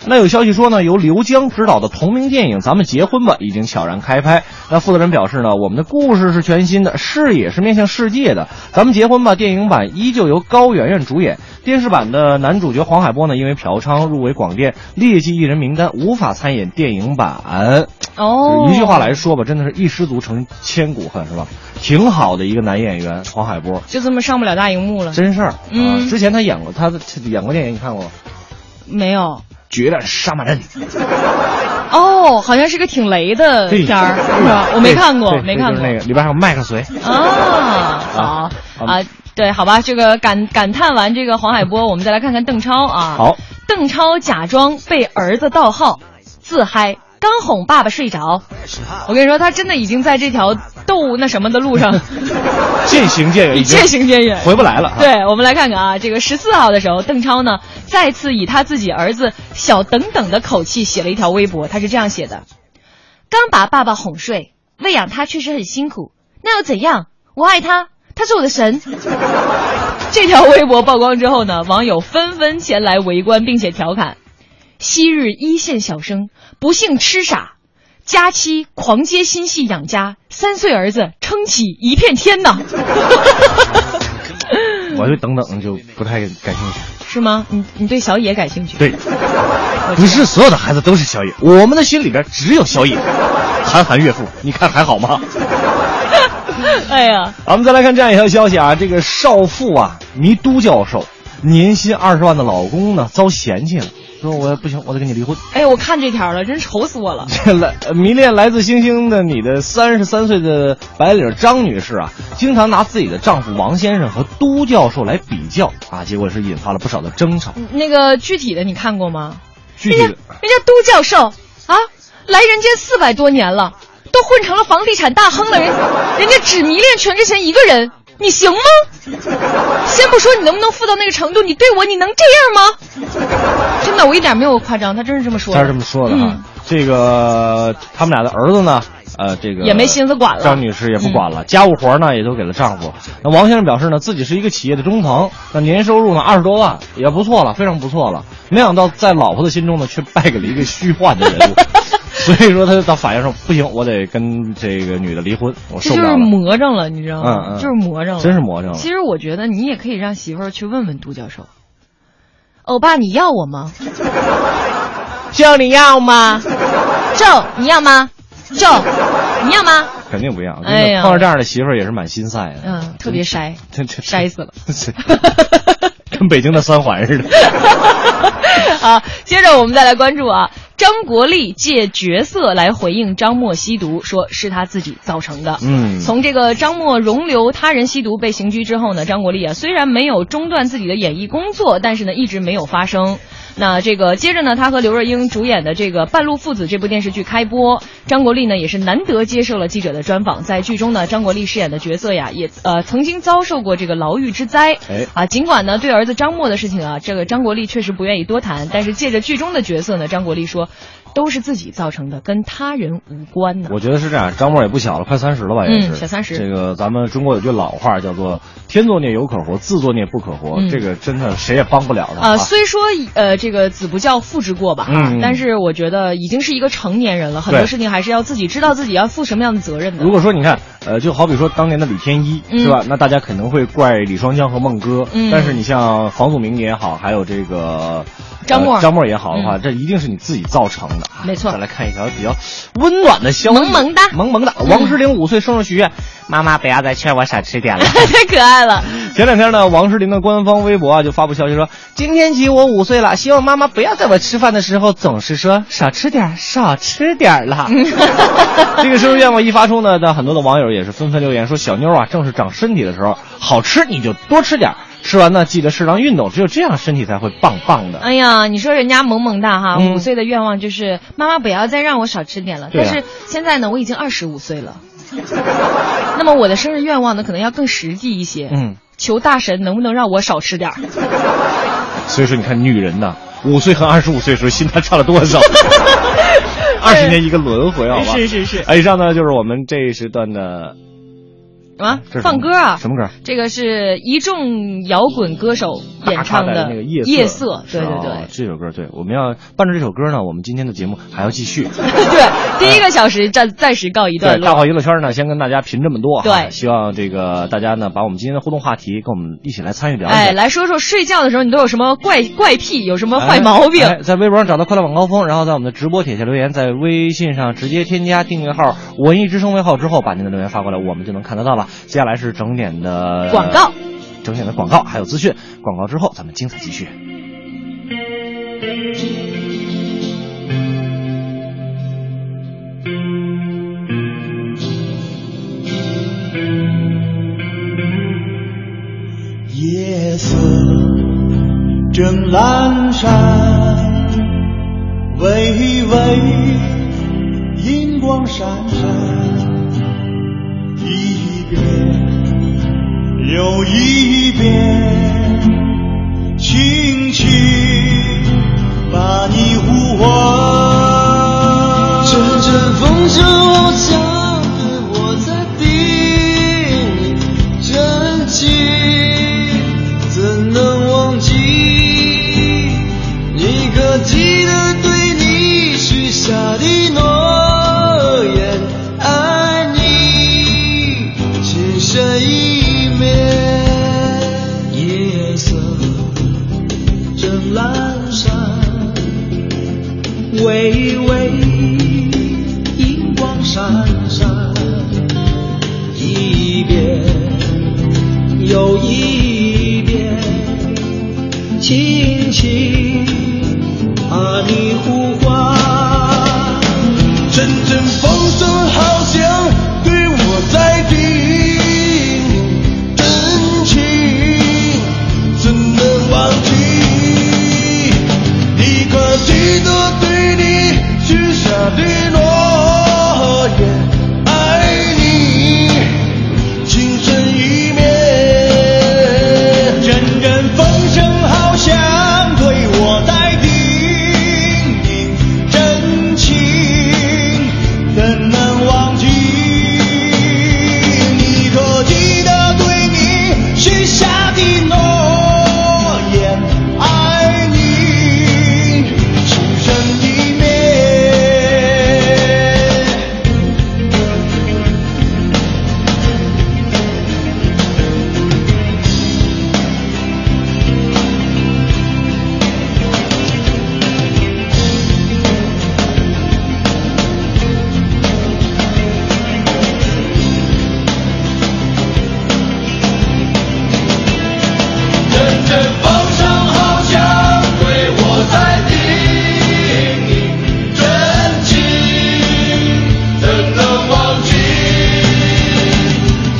那有消息说呢，由刘江执导的同名电影《咱们结婚吧》已经悄然开拍。那负责人表示呢，我们的故事是全新的，视野是面向世界的。咱们结婚吧电影版依旧由高圆圆主演，电视版的男主角黄海波呢，因为嫖娼入围广电劣迹艺人名单，无法参演电影版。
哦
就是一句话来说吧，真的是一失足成千古恨，是吧？挺好的一个男演员黄海波，
就这么上不了大荧幕了。
真事儿。
嗯
啊之前他演过，他他演过电影，你看过吗？
没有
决战杀马镇，
哦，好像是个挺雷的
对
呃片儿，
对
是吧？我没看过
对，
没
对
看
就
过
是那个里边还有麦克隋。
啊。好
啊
啊，对，好吧，这个感感叹完这个黄海波，我们再来看看邓超啊。
好，
邓超假装被儿子盗号，自嗨。刚哄爸爸睡着，我跟你说，他真的已经在这条斗那什么的路上
渐行渐远，已经
渐行渐远，
回不来了。啊，
对，我们来看看啊，这个十四号的时候，邓超呢再次以他自己儿子小等等的口气写了一条微博，他是这样写的：刚把爸爸哄睡，喂养他确实很辛苦，那又怎样？我爱他，他是我的神。 (laughs) 这条微博曝光之后呢，网友纷纷前来围观，并且调侃：昔日一线小生不幸痴傻，佳期狂接新戏养家，三岁儿子撑起一片天呐。
我就等等就不太感兴趣。
(laughs) 是吗？你你对小野感兴趣？
对，不是所有的孩子都是小野，我们的心里边只有小野。韩寒岳父，你看还好吗？
哎呀，
好我们再来看这样一条消息啊，这个少妇啊，迷都教授年薪二十万的老公呢遭嫌弃了，说我不行，我得跟你离婚。
哎，我看这条了，真愁死我了。
这来呃迷恋来自星星的你的三十三岁的白领张女士啊，经常拿自己的丈夫王先生和都教授来比较啊，结果是引发了不少的争吵。
那个具体的你看过吗？
具体
人
的
家人家都教授啊，来人间四百多年了，都混成了房地产大亨了，人人家只迷恋全智贤一个人，你行吗？先不说你能不能富到那个程度，你对我你能这样吗？真的，我一点没有夸张，他真是这么说的。
他是这么说的哈
嗯。
这个他们俩的儿子呢，呃，这个
也没心思管了
张女士也不管了，家务活呢也都给了丈夫。那王先生表示呢，自己是一个企业的中层，那年收入呢二十多万，也不错了，非常不错了。没想到在老婆的心中呢，却败给了一个虚幻的人物。所以说，他就到法院说不行，我得跟这个女的离婚，我
这
受
就
不了
是
了。
魔怔了，你知道吗？
嗯嗯
就是魔怔了，
真是魔怔了
其实我觉得你也可以让媳妇儿去问问杜教授，欧巴，你要我 (laughs) 吗？舅，你要 (laughs) 吗？舅，你要吗？舅，你要吗？
肯定不一样，
哎呀
碰上这样的媳妇儿也是蛮心塞的，
嗯，特别筛，
这这
筛死了。 (laughs)
跟北京的三环似的。
好，接着我们再来关注啊，张国立借角色来回应张默吸毒，说是他自己造成的。
嗯
从这个张默容留他人吸毒被刑拘之后呢，张国立啊虽然没有中断自己的演艺工作，但是呢一直没有发声。那这个接着呢，他和刘若英主演的这个《半路父子》这部电视剧开播，张国立呢也是难得接受了记者的专访。在剧中呢，张国立饰演的角色呀，也呃曾经遭受过这个牢狱之灾。
哎
啊，尽管呢对儿子张默的事情啊，这个张国立确实不愿意多谈，但是借着剧中的角色呢，张国立说都是自己造成的，跟他人无关呢。
(laughs) 我觉得是这样，张默也不小了，快三十了吧，也是、
嗯小30
这个咱们中国有句老话叫做“天作孽犹可活，自作孽不可活”，
嗯
这个真的谁也帮不了他。
呃，
啊
虽说呃这个子不教父之过吧，哈
嗯
但是我觉得已经是一个成年人了，很多
对
事情还是要自己知道自己要负什么样的责任的
如。果说你看，呃，就好比说当年的李天一、
嗯
是吧？那大家可能会怪李双江和孟哥，
嗯
但是你像房祖名也好，还有这个
张默
呃张默也好的话，
嗯
这一定是你自己造成的。
没错
再来看一条比较温暖的消息，萌萌哒，萌萌哒。王诗龄五岁生日许愿，妈妈不要再劝我少吃
(laughs)
点了。
太可爱了。
(laughs) 前两天呢，王诗龄的官方微博啊就发布消息说，今天起我五岁了，希望妈妈不要在我吃饭的时候总是说少吃点儿，少吃点儿 (laughs) 啦。这个生日愿望一发出呢，那很多的网友也是纷纷留言说，小妞啊，正是长身体的时候，好吃你就多吃点儿，吃完呢记得适当运动，只有这样身体才会棒棒的。
哎呀，你说人家萌萌哒哈，
嗯
五岁的愿望就是妈妈不要再让我少吃点了。
对
但
啊
是现在呢，我已经二十五岁了， (laughs) 那么我的生日愿望呢，可能要更实际一些。
嗯，
求大神能不能让我少吃
(laughs)
点儿？
所以说你看女人呐，五岁和二十五岁的时候心态差了多少？二十年一个轮回，好吧？
是是是
哎，以上呢就是我们这一时段的
啊
这是什么，
放歌啊？
什么歌？
这个是一众摇滚歌手演唱
大咖的那个夜色
夜色》，对对
哦
对。
这首歌对，我们要伴着这首歌呢，我们今天的节目还要继续。
(laughs) 对，第一个小时暂暂时告一
对，
段
大
落。
话娱乐圈呢，先跟大家评这么多哈。
对
希望这个大家呢，把我们今天的互动话题跟我们一起来参与聊啊一聊。
哎，来说说睡觉的时候你都有什么怪怪癖，有什么坏毛病？
哎哎在微博上找到快乐晚高峰，然后在我们的直播帖下留言，在微信上直接添加订阅号“文艺之声”为号之后，把您的留言发过来，我们就能看得到了。接下来是整点的
广告，
整点的广告还有资讯。广告之后，咱们精彩继续。
夜色正阑珊，微微银光闪闪，一遍又一遍，轻轻把你呼唤。阵阵风声好像对我在叮咛。真情怎能忘记？你可记得对你许下的诺言？爱你情深意绵。夜色正阑珊，微微银光闪闪，一遍。又一遍，轻轻把你呼唤。阵阵风声好像对我在叮咛，真情怎能忘记？你可记得对你许下的诺言？爱你。情深意绵，阵阵风声好像对我在叮咛，真情怎能忘记？你可记得对你许下的诺言？爱你情深意绵。阵阵风声好像对我在叮咛，真情怎能忘记？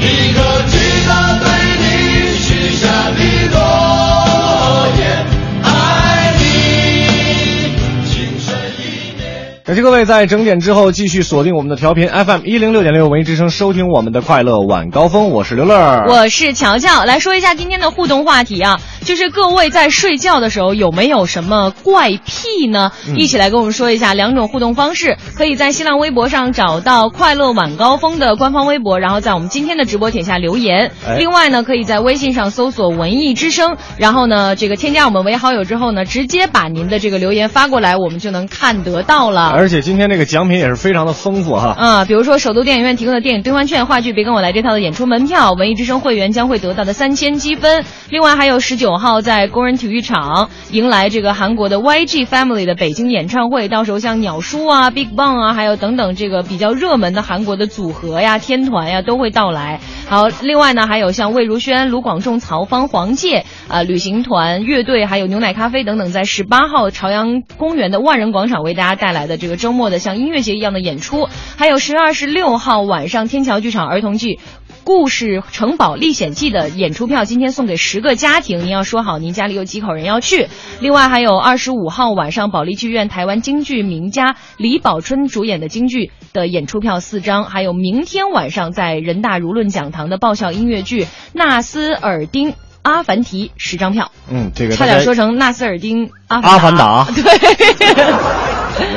你可记得对你许下的诺言？爱你情深意绵。
感谢各位在整点之后继续锁定我们的调频 FM 一零六点六文艺之声，收听我们的快乐晚高峰。我是刘乐
嗯
儿，
我是乔乔，来说一下今天的互动话题啊，就是各位在睡觉的时候有没有什么怪癖呢？
嗯
一起来跟我们说一下两种互动方式，可以在新浪微博上找到“快乐晚高峰”的官方微博，然后在我们今天的直播帖下留言。
哎
另外呢，可以在微信上搜索“文艺之声”，然后呢，这个添加我们为好友之后呢，直接把您的这个留言发过来，我们就能看得到了。
而且今天这个奖品也是非常的丰富哈。
啊，比如说首都电影院提供的电影兑换券、话剧《别跟我来这套》的演出门票，文艺之声会员将会得到的三千积分，另外还有十九号在工人体育场迎来这个韩国的 YG Family 的北京演唱会，到时候像鸟叔啊、Big Bang 啊，还有等等这个比较热门的韩国的组合呀、天团呀都会到来。好，另外呢还有像魏如萱、卢广仲、曹芳、黄玠啊、旅行团、乐队，还有牛奶咖啡等等，在十八号朝阳公园的万人广场为大家带来的这个周末的像音乐节一样的演出，还有十月二十六号晚上天桥剧场儿童剧。故事《城堡历险记》的演出票今天送给十个家庭，您要说好您家里有几口人要去。另外还有二十五号晚上保利剧院台湾京剧名家李宝春主演的京剧的演出票四张，还有明天晚上在人大儒论讲堂的爆笑音乐剧《纳斯尔丁阿凡提》十张票。
嗯，这个
差
大
点
家
说成纳斯尔丁阿
阿
凡
凡
达。(laughs)
达，
对。
(laughs)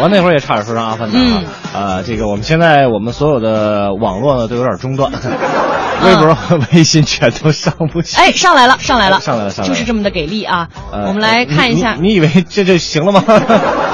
我那会儿也差点说成阿凡达。
嗯
呃，这个我们现在我们所有的网络呢都有点中断，
嗯
(laughs) 微博、和微信全都上不去。 (laughs)
哎，上来了，上来了，
上来了上来了
就是这么的给力啊！
呃，
我们来看一下
你，你你以为这就行了吗？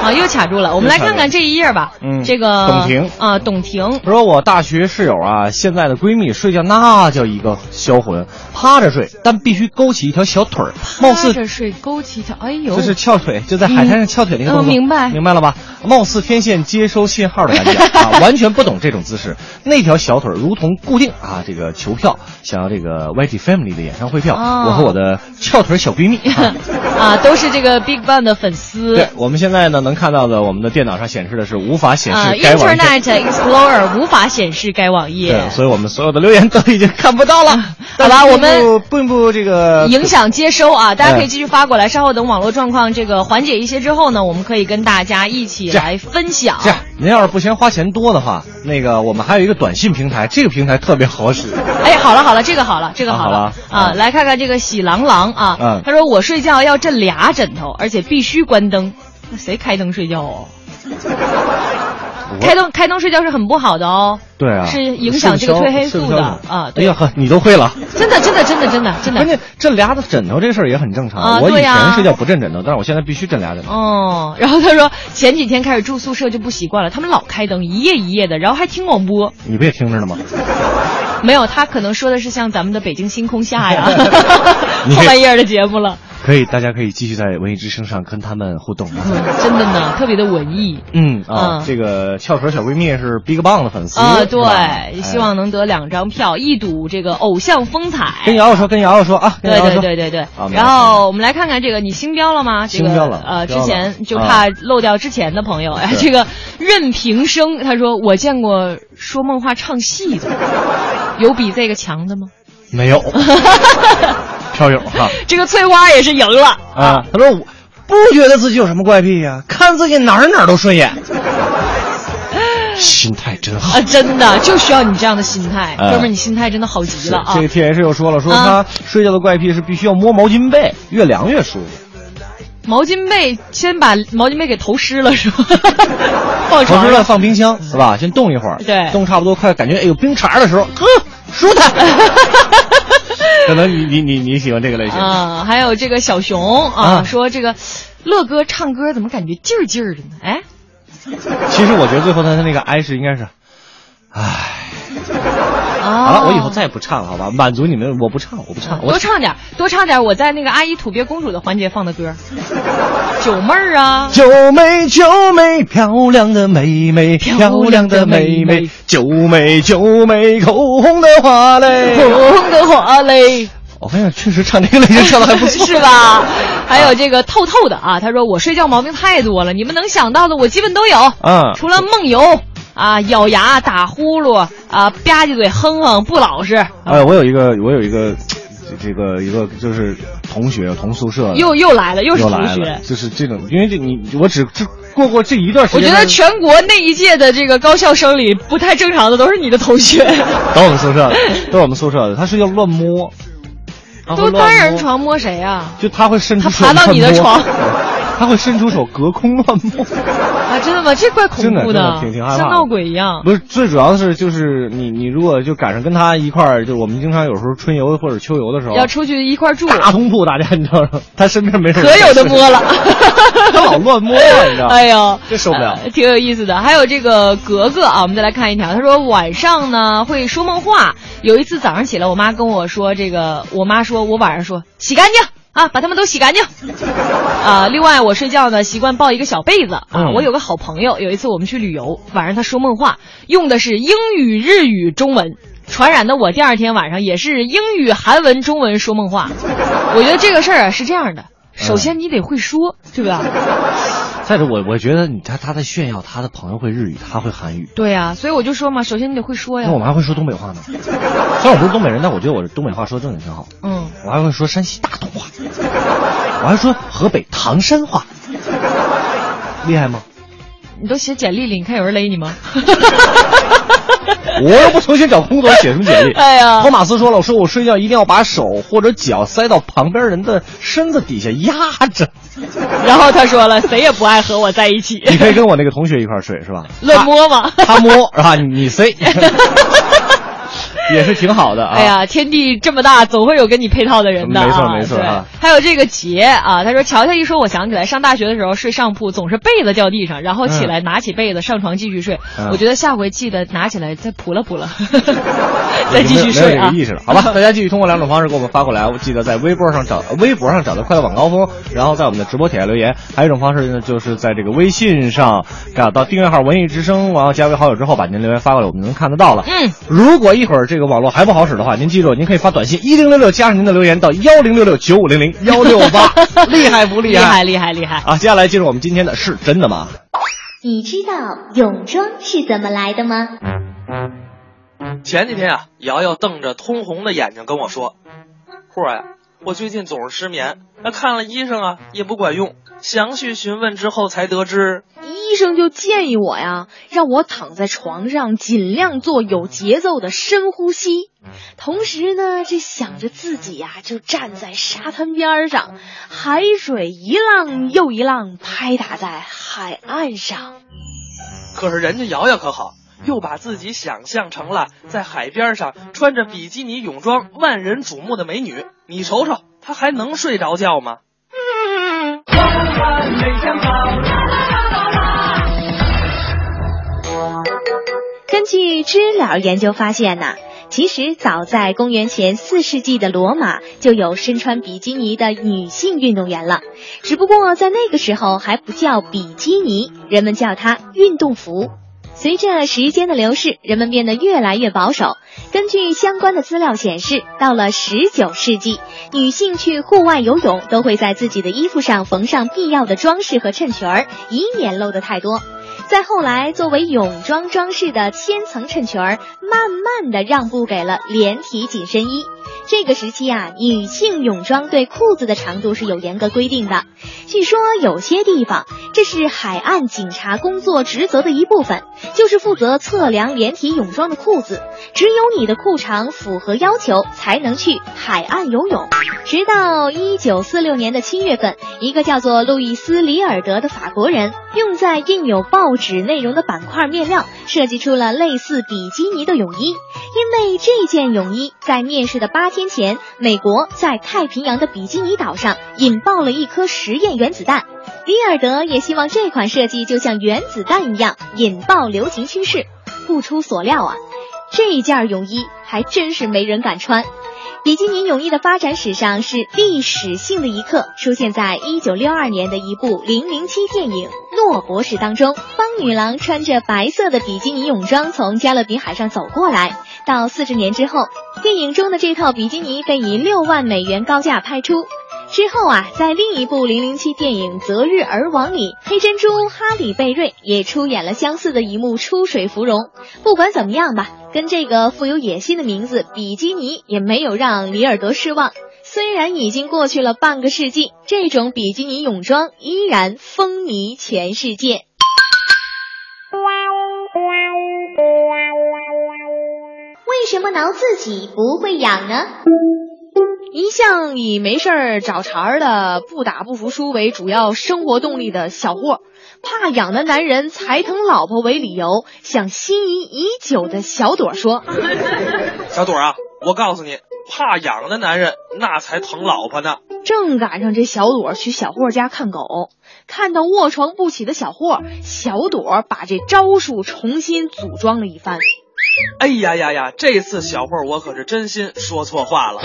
啊，又卡住了。我们来看看这一页吧。
嗯
这个
董婷
啊，董婷，
说我大学室友啊，现在的闺蜜睡觉那叫一个销魂，趴着睡，但必须勾起一条小腿儿，貌似
趴着睡勾起一条，哎呦，
就是翘腿，就在海滩上翘腿那个
嗯
动
嗯
作，
明白
明白了吧？貌似天线接收信号的感觉
(laughs)
啊，完全不懂这种姿势。那条小腿如同固定啊，这个球票，想要这个 YG Family 的演唱会票，
哦
我和我的翘腿小
(laughs)
闺蜜。啊
(laughs) 啊，都是这个 Big Bang 的粉丝
对，我们现在呢能看到的，我们的电脑上显示的是无法显
啊
示该网页。
，Internet Explorer 无法显示该网页
对，，所以我们所有的留言都已经看不到了。
好吧
但是
我们
并不并不这个
影响接收啊，大家可以
嗯
继续发过来，稍后等网络状况这个缓解一些之后呢，我们可以跟大家一起
这样
来分享。
这样，您要是不嫌花钱多的话，那个我们还有一个短信平台，这个平台特别好使。
哎， (laughs) 好了好了，这个好了，这个
啊
好
好
了
了
啊！来看看这个喜郎郎啊，
嗯
他说我睡觉要枕俩枕头，而且必须关灯。那谁开灯睡觉哦？开灯开灯睡觉是很不好的哦。
对啊，
是影响这个褪黑素的啊。
哎
对，
呀呵， (laughs) 你都会了。
真的真的真的真的真
关
的
键这俩的枕头这事儿也很正常。
啊
我以
对呀
前睡觉不枕枕头，但是我现在必须枕俩枕头。
哦。然后他说前几天开始住宿舍就不习惯了，他们老开灯一夜一夜的，然后还听广播。
你不也听着呢吗？
没有，他可能说的是像咱们的北京星空下
(laughs)
呀，
你
后半夜的节目了。
可以，大家可以继续在文艺之声上跟他们互动。
嗯，真的呢，特别的文艺。
嗯啊
嗯，
这个翘腿小闺蜜是 BigBang 的粉丝
啊、
嗯是吧
对，希望
哎
能得两张票，一睹这个偶像风
跟
采。
瑶瑶说，跟瑶瑶说啊，跟
对
瑶瑶
对
说
对对对
啊，没
然
问题
后我们来看看这个，你星标了吗？这个
星标了
呃，之
标了
前就
啊
怕漏掉之前的朋友。哎，
是
这个任平生他说我见过说梦话唱戏的， (laughs) 有比这个强的吗？ (laughs)
没有飘友哈。
这个翠花也是赢了。
啊，他说我不觉得自己有什么怪癖呀、看自己哪儿哪儿都顺眼， (laughs) 心态真好。
啊，真的
(laughs)
就需要你这样的心态，
哎
哥们儿，你心态真的好极了啊！
这个 T H 又说了，说
啊
他睡觉的怪癖是必须要摸毛巾被，越凉越舒服。
毛巾被先把毛巾被给投湿了是吧？放床
床上
上
乱放冰箱是吧？先冻一会儿，
对
冻差不多快感觉哎有冰碴儿的时
(laughs)
候，呵，舒坦。可能你你你你喜欢这个类型，
啊，还有这个小熊啊，
啊
说这个乐哥唱歌怎么感觉劲儿劲儿的呢？哎，
其实我觉得最后他的那个哀是应该是，唉，好
好
了，我以后再也不唱了，好吧？满足你们，我不唱，我不唱，我
哦多啊唱点儿，多唱点儿，我在那个阿姨土鳖公主的环节放的歌，九妹儿啊，
九妹，九妹，漂亮的妹妹，漂亮的妹妹，九妹，九妹，口红的花嘞。
红的花嘞，
我发现确实唱这个类型唱的还不
(laughs)
错，
是？吧？还有这个透透的啊，他说我睡觉毛病太多了，你们能想到的我基本都有，
嗯
除了梦游啊、咬牙、打呼噜啊、吧唧嘴、哼哼、不老实，
哎，我有一个，我有一个，这个一个就是同学，同宿舍的
又又来了，又是
又
同
来
学
了，。就是这种，因为这你我只只过过这一段
(laughs)
时
我
间，
觉得全国那一届的这个高校生里不太正常的都是你的同学，
都是我们宿舍的，都是我们宿舍的，他睡觉乱摸，他
(laughs)
会
都是
乱
单
摸
人床摸谁啊？
就他会伸出手
他爬到你的
乱摸
床，
他会伸出手隔空乱摸。
(laughs) 啊，真的吗？这怪恐
真的
怖
真的挺挺害怕的
像闹鬼一样。
不是，最主要的是就是你你如果就赶上跟他一块儿，就我们经常有时候春游或者秋游的时候，
要出去一块儿住，
大通铺，大家你知道吗？ (laughs) 他身边没事，，
可有的摸了
他老乱摸了，你知道
(laughs)
吗？
哎呦，
这受不了
呃挺有意思的。还有这个格格啊，我们再来看一条，他说晚上呢会说梦话。有一次早上起来，我妈跟我说，这个我妈说我晚上说洗干净，啊，把它们都洗干净。啊，另外我睡觉呢习惯抱一个小被子啊。
嗯
我有个好朋友，有一次我们去旅游，晚上他说梦话，用的是英语、日语、中文，传染的我第二天晚上也是英语、韩文、中文说梦话。我觉得这个事儿啊是这样的，首先你得会说，对吧？
(laughs) 再者，我我觉得你他他在炫耀他的朋友会日语，他会韩语。
对呀、所以我就说嘛，首先你得会说呀
那。我们还会说东北话呢。虽然我不是东北人，但我觉得我东北话说得真的挺好。
嗯，
我还会说山西大同话，我还说河北唐山话，厉害吗？
你都写简历了，你看有人勒你
(laughs)
吗？
我又不重新找工作，写什么简历？
(laughs) 哎呀
托马斯说了，我说我睡觉一定要把手或者脚塞到旁边人的身子底下压
(laughs)
着。
然后他说了，谁也不爱和我在一起，
你可以跟我那个同学一块儿睡是吧？
(laughs) 乱摸嘛。
他摸
(laughs)
啊，你你塞， (laughs) 也是挺好的啊。
哎呀，天地这么大，总会有跟你配套的人的、啊。
没错没错
对
啊
还有这个杰啊，他说：“乔乔一说，我想起来上大学的时候睡上铺，总是被子掉地上，然后起来拿起被子上床继续睡。
嗯
我觉得下回记得拿起来再扑了扑了， (laughs) 再继续
没
睡
有
啊
这个。意识了，
(laughs)
好吧？大家继续通过两种方式给我们发过来，我记得在微博上找微博上找到快乐晚高峰，然后在我们的直播帖下留言。还有一种方式呢，就是在这个微信上找到订阅号“文艺之声”，然后加为好友之后，把您留言发过来，我们能看得到了。
嗯，
如果一会儿这个网络还不好使的话，您记住，您可以发短信一零六六加上您的留言到幺零六六九五零零幺六
(laughs)
八，厉害不厉
厉害
害？
厉害厉害！
啊，接下来进入我们今天的是真的吗？
你知道泳装是怎么来的吗？
(laughs) 前几天啊，瑶瑶瞪着通红的眼睛跟我说：“霍儿呀、啊我最近总是失眠，那看了医生啊也不管用。详细询问之后才得知，
医生就建议我呀，让我躺在床上，尽量做有节奏的深呼吸。同时呢，这想着自己呀、就站在沙滩边上，海水一浪又一浪拍打在海岸上。
可是人家瑶瑶可好，又把自己想象成了在海边上穿着比基尼泳装、万人瞩目的美女。你瞅瞅，她还能睡着觉吗？”
根据知了研究发现呐、其实早在公元前四世纪的罗马就有身穿比基尼的女性运动员了，只不过在那个时候还不叫比基尼，人们叫它运动服。随着时间的流逝，人们变得越来越保守。根据相关的资料显示，到了19世纪，女性去户外游泳都会在自己的衣服上缝上必要的装饰和衬裙儿，以免露得太多。再后来，作为泳装装饰的千层衬裙儿，慢慢的让步给了连体紧身衣。这个时期啊，女性泳装对裤子的长度是有严格规定的。据说有些地方，这是海岸警察工作职责的一部分，就是负责测量连体泳装的裤子。只有你的裤长符合要求，才能去海岸游泳。直到一九四六年的七月份，一个叫做路易斯·里尔德的法国人，用在印有报纸内容的板块面料，设计出了类似比基尼的泳衣。因为这件泳衣在面世的八天前，美国在太平洋的比基尼岛上引爆了一颗实验原子弹。里尔德也希望这款设计就像原子弹一样引爆流行趋势。不出所料啊，这件泳衣还真是没人敢穿。比基尼泳衣的发展史上是历史性的一刻，出现在1962年的一部007电影《诺博士》当中。邦女郎穿着白色的比基尼泳装从加勒比海上走过来。到四十年之后，电影中的这套比基尼被以六万美元高价拍出。之后啊，在另一部007电影《择日而亡》里，黑珍珠哈里贝瑞也出演了相似的一幕出水芙蓉。不管怎么样吧，跟这个富有野心的名字比基尼也没有让里尔德失望。虽然已经过去了半个世纪，这种比基尼泳装依然风靡全世界。为什么挠自己不会痒呢？
一向以没事儿找茬儿的、不打不服输为主要生活动力的小霍，怕痒的男人才疼老婆为理由，想心仪已久的小朵说。
小朵啊，我告诉你，怕痒的男人那才疼老婆呢。
正赶上这小朵去小霍家看狗，看到卧床不起的小霍，小朵把这招数重新组装了一番。
哎呀呀呀！这次小慧儿我可是真心说错话了。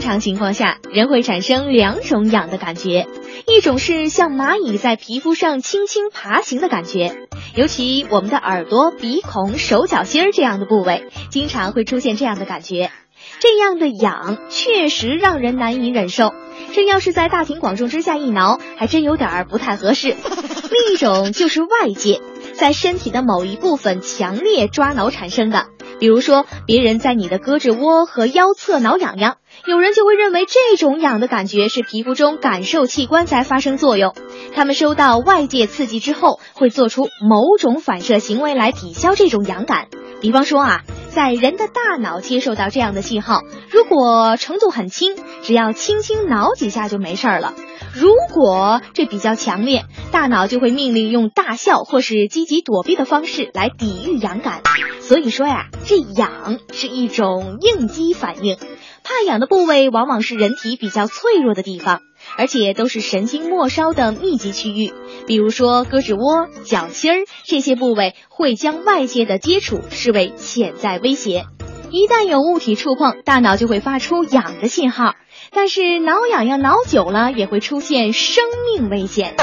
常情况下，人会产生两种痒的感觉，一种是像蚂蚁在皮肤上轻轻爬行的感觉，尤其我们的耳朵、鼻孔、手脚心儿这样的部位，经常会出现这样的感觉。这样的痒确实让人难以忍受，这要是在大庭广众之下一挠，还真有点儿不太合适。另一种就是外界，在身体的某一部分强烈抓挠产生的，比如说别人在你的胳肢窝和腰侧挠痒痒，有人就会认为这种痒的感觉是皮肤中感受器官在发生作用，他们收到外界刺激之后会做出某种反射行为来抵消这种痒感。比方说啊，在人的大脑接受到这样的信号，如果程度很轻，只要轻轻挠几下就没事儿了；如果这比较强烈，大脑就会命令用大笑或是积极躲避的方式来抵御痒感。所以说呀，这痒是一种应激反应。怕痒的部位往往是人体比较脆弱的地方，而且都是神经末梢的密集区域，比如说胳肢窝、脚心儿这些部位会将外界的接触视为潜在威胁。一旦有物体触碰，大脑就会发出痒的信号。但是挠痒痒挠久了，也会出现生命危险。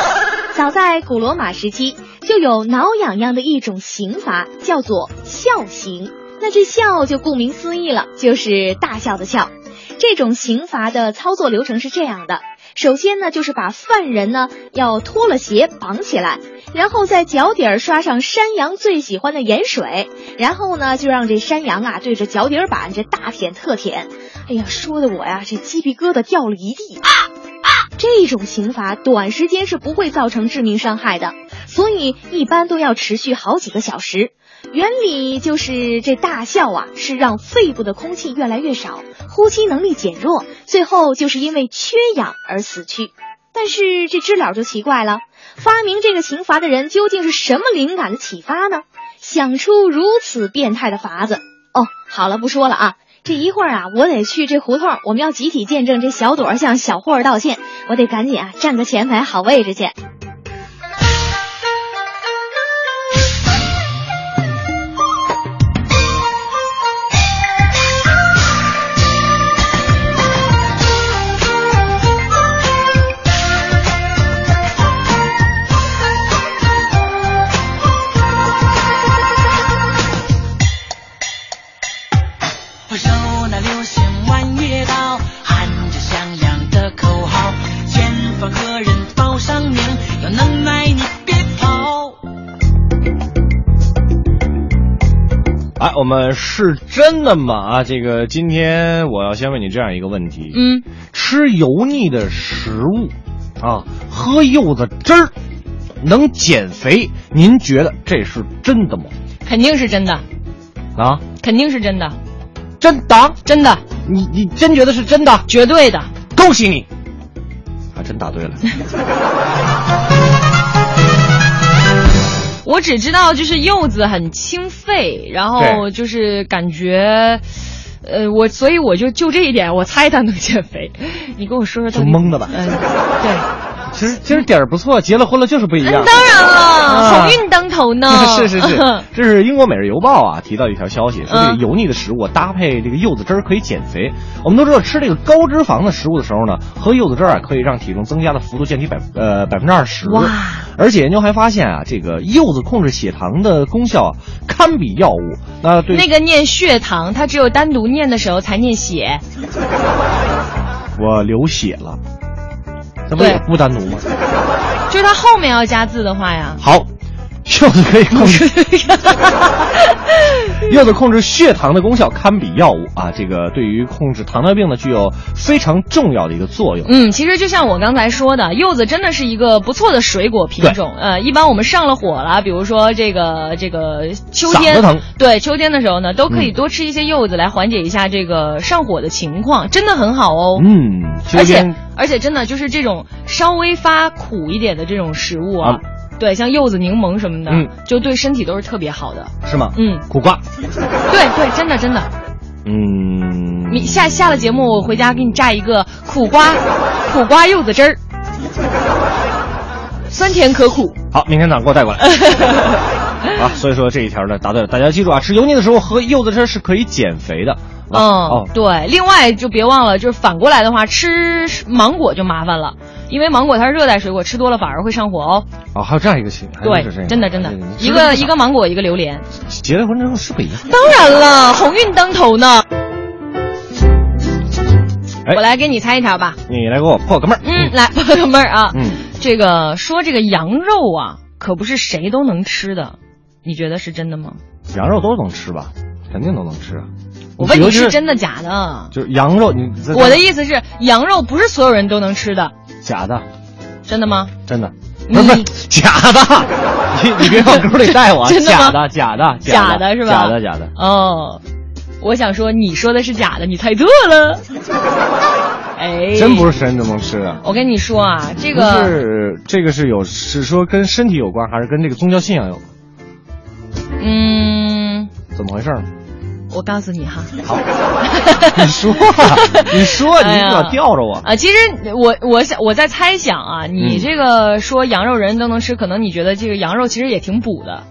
早在古罗马时期，就有挠痒痒的一种刑罚，叫做笑刑。那这笑就顾名思义了，就是大笑的笑。这种刑罚的操作流程是这样的：首先呢，就是把犯人呢要脱了鞋绑起来，然后在脚底儿刷上山羊最喜欢的盐水，然后呢就让这山羊啊对着脚底儿板这大舔特舔。哎呀，说的我呀这鸡皮疙瘩掉了一地啊！这种刑罚短时间是不会造成致命伤害的，所以一般都要持续好几个小时。原理就是这大笑啊，是让肺部的空气越来越少，呼吸能力减弱，最后就是因为缺氧而死去。但是这知了就奇怪了，发明这个刑罚的人究竟是什么灵感的启发呢？想出如此变态的法子？哦，好了，不说了啊。这一会儿啊，我得去这胡同，我们要集体见证这小朵儿向小霍儿道歉。我得赶紧啊，占个前排好位置去。
我手拿流行弯月刀，喊着响亮的口号，前方何人报上名？有能耐你别跑。
哎，我们是真的吗？啊，这个今天我要先问你这样一个问题：
嗯，
吃油腻的食物啊，喝柚子汁儿能减肥，您觉得这是真的吗？
肯定是真的，
啊，
肯定是真的，
真的，
真的，
你你真觉得是真的？
绝对的。
恭喜你，还啊真答
(laughs)
对了。
我只知道就是柚子很清肺，然后
对
就是感觉，呃，我所以我就就这一点，我猜它能减肥。你跟我说说到
就
底，
蒙的吧。
嗯、对，嗯
其实其实点儿不错，结了婚了就是不一样。
当然了，
啊。
好运当头呢
(laughs) 是
(laughs)
是是，这是英国《每日邮报》啊提到一条消息，说这个油腻的食物啊搭配这个柚子汁儿可以减肥。我们都知道吃这个高脂肪的食物的时候呢，喝柚子汁儿啊可以让体重增加的幅度降低百呃百分之二十。
哇！
而且研究还发现啊，这个柚子控制血糖的功效啊堪比药物。那对
那个念血糖，它只有单独念的时候才念
(laughs)
血。
我流血了，那不
对
也不单独吗？
就是它后面要加字的话呀，
好，柚子可以
(laughs)
控制，柚子控制血糖的功效堪比药物啊，这个对于控制糖尿病呢具有非常重要的一个作用。
嗯，其实就像我刚才说的，柚子真的是一个不错的水果品种。呃，一般我们上了火了，比如说这个这个秋
嗓子
天
疼，
对秋天的时候呢，都可以
嗯
多吃一些柚子来缓解一下这个上火的情况，真的很好哦。
嗯，
而
秋
且
天
而且真的就是这种稍微发苦一点的这种食物啊，
啊
对，像柚子、柠檬什么的，
嗯
就对身体都是特别好的。
是吗？
嗯，
苦瓜，
对对，真的真的，
嗯，
你下下了节目，我回家给你榨一个苦瓜苦瓜柚子汁儿，酸甜可苦。
好，明天早上给我
(laughs)
带过来。啊，所以说这一条呢答对了，大家记住啊，吃油腻的时候喝柚子汁是可以减肥的。吧？哦
嗯，，对。另外就别忘了，就是反过来的话，吃芒果就麻烦了，因为芒果它是热带水果，吃多了反而会上火哦。
哦，还有这样一个心，还有
对
就是这，样
真的真的
哎你，
一
知道
个一个芒果，一个榴莲。
结了婚之后是不一样。
当然了，鸿运当头呢。
哎
我来给你猜一条吧。
你来给我破个闷儿。
嗯，来，朋友们儿啊，
嗯，
这个说这个羊肉啊，可不是谁都能吃的，你觉得是真的吗？
羊肉都能吃吧？肯定都能吃啊。
我问
尤
你
其
是真的假的？
就是羊肉，你
我的意思
思
是，羊肉不是所有人都能吃的，
假的，
真的吗？
真的，不是不是假的，你你别往沟里带我啊，
(laughs) 真的吗
假的假的
假的是吧？
假的假的。
哦，我想说你说的是假的，你猜错
(laughs)
了。哎，
真不是。谁都能吃的。
我跟你说啊，这
不
个，
是这个是有是说跟身体有关，还是跟这个宗教信仰有关？
嗯，
怎么回事呢？
(laughs) 我告诉你哈。
你说啊，你说，
哎
你
呀
老吊着
(laughs)
我。
啊，其实我我想我在猜想啊，你
嗯
这个说羊肉人都能吃，可能你觉得这个羊肉其实也挺补的，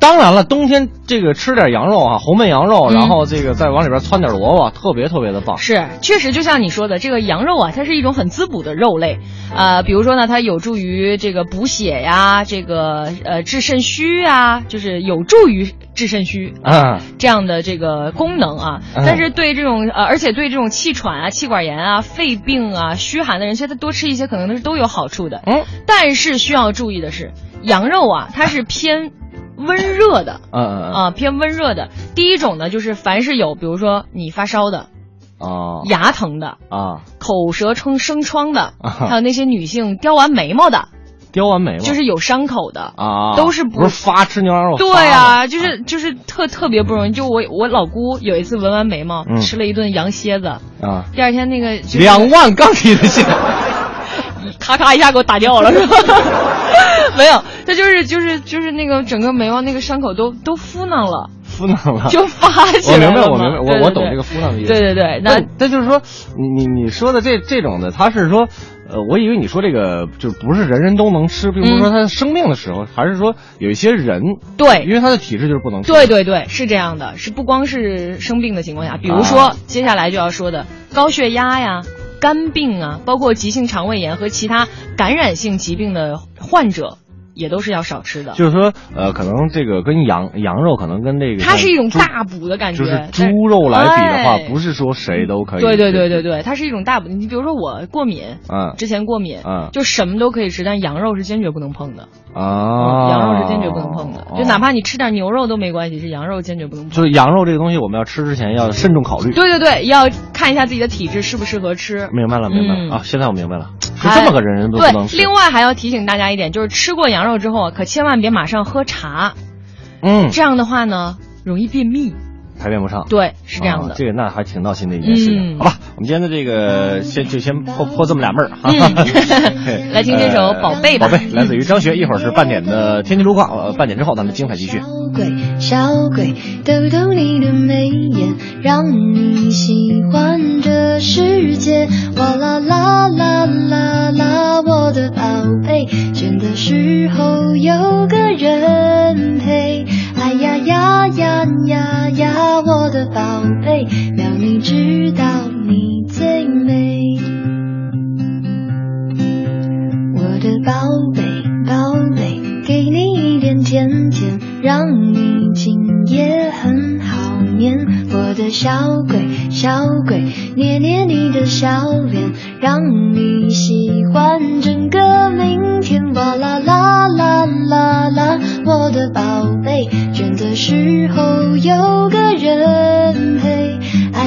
当然了，冬天这个吃点羊肉啊，红焖羊肉，然后这个再往里边汆点萝卜，特别特别的棒。
嗯是，确实就像你说的，这个羊肉啊，它是一种很滋补的肉类，呃，比如说呢，它有助于这个补血呀，这个呃治肾虚啊，就是有助于治肾虚
啊，
这样的这个功能啊。
嗯
但是对这种呃，而且对这种气喘啊、气管炎啊、肺病啊、虚寒的人，其实他多吃一些可能都是都有好处的。
嗯，
但是需要注意的是，羊肉啊，它是偏温热的。
嗯嗯嗯
啊，偏温热的。第一种呢，就是凡是有，比如说你发烧的、
啊
牙疼的、
啊，
口舌生生疮的，
啊
还有那些女性雕完眉毛的，
雕完眉毛哦
就是有伤口的。
啊，
都是不
不是发吃牛羊肉？
对
呀，
啊，
嗯
就是就是特特别不容易。就我我老姑有一次纹完眉毛，
嗯
吃了一顿羊蝎子，
啊，
第二天那个就是
两万刚提的现，
咔咔一下给我打掉了，是
(laughs)
吧？没有，她就是就是就是那个整个眉毛那个伤口都都敷囊了，
敷囊了，
就发起
我
来
明白，
了
我
嘛
明白，
对对
我我懂
对
这个敷衍的意思。
对对对那
但但就是说，你你你说的这这种的，他是说，呃，我以为你说这个就不是人人都能吃，并不是说他生病的时候，还是说有一些人
嗯对，
因为他的体质就是不能吃。
对对对，是这样的，是不光是生病的情况下，比如说、
啊
接下来就要说的高血压呀、肝病啊，包括急性肠胃炎和其他感染性疾病的患者，也都是要少吃的。
就是说，呃，可能这个跟羊羊肉，可能跟这个
它是一种
猪
大补的感觉，
就是
但
猪肉来比的话，
哎
不是说谁都可以。
对对对对对，它是一种大补。你比如说我过敏，
嗯
之前过敏，
嗯
就什么都可以吃，但羊肉是坚决不能碰的，
啊，
哦
哦
羊肉是坚决不能碰的，就哪怕你吃点牛肉都没关系，是羊肉坚决不能碰。
就是羊肉这个东西，我们要吃之前要慎重考虑。
对对对，要看一下自己的体质适不适合吃。
明白了，明白了、
嗯哎
啊！现在我明白了，是这么个人人都不能吃。
对，另外还要提醒大家一点，就是吃过羊肉之后啊，可千万别马上喝茶，
嗯，
这样的话呢，容易便秘。
排便不上。
对，是这样的。
啊这个那还挺闹心的一件事情。
嗯
好吧，我们今天的这个呃，先就先泼泼这么俩闷儿哈。
嗯 (laughs) 来听这首
呃
宝贝吧
宝贝来自于张学，一会儿是半点的天气路况，呃，半点之后咱们精彩继续。
鬼，小鬼，抖抖你的眉眼，让你喜欢这世界。哇啦啦啦啦啦，我的宝贝，倦的时候有个人陪。哎呀呀呀呀呀，我的宝贝，让你知道你最美。我的宝贝，宝贝，给你一点甜甜，让你今夜很好眠。我的小鬼，小鬼，捏捏你的小脸，让你喜欢整个明天。哇啦啦啦啦啦，我的宝贝，倦的时候有个人陪。哎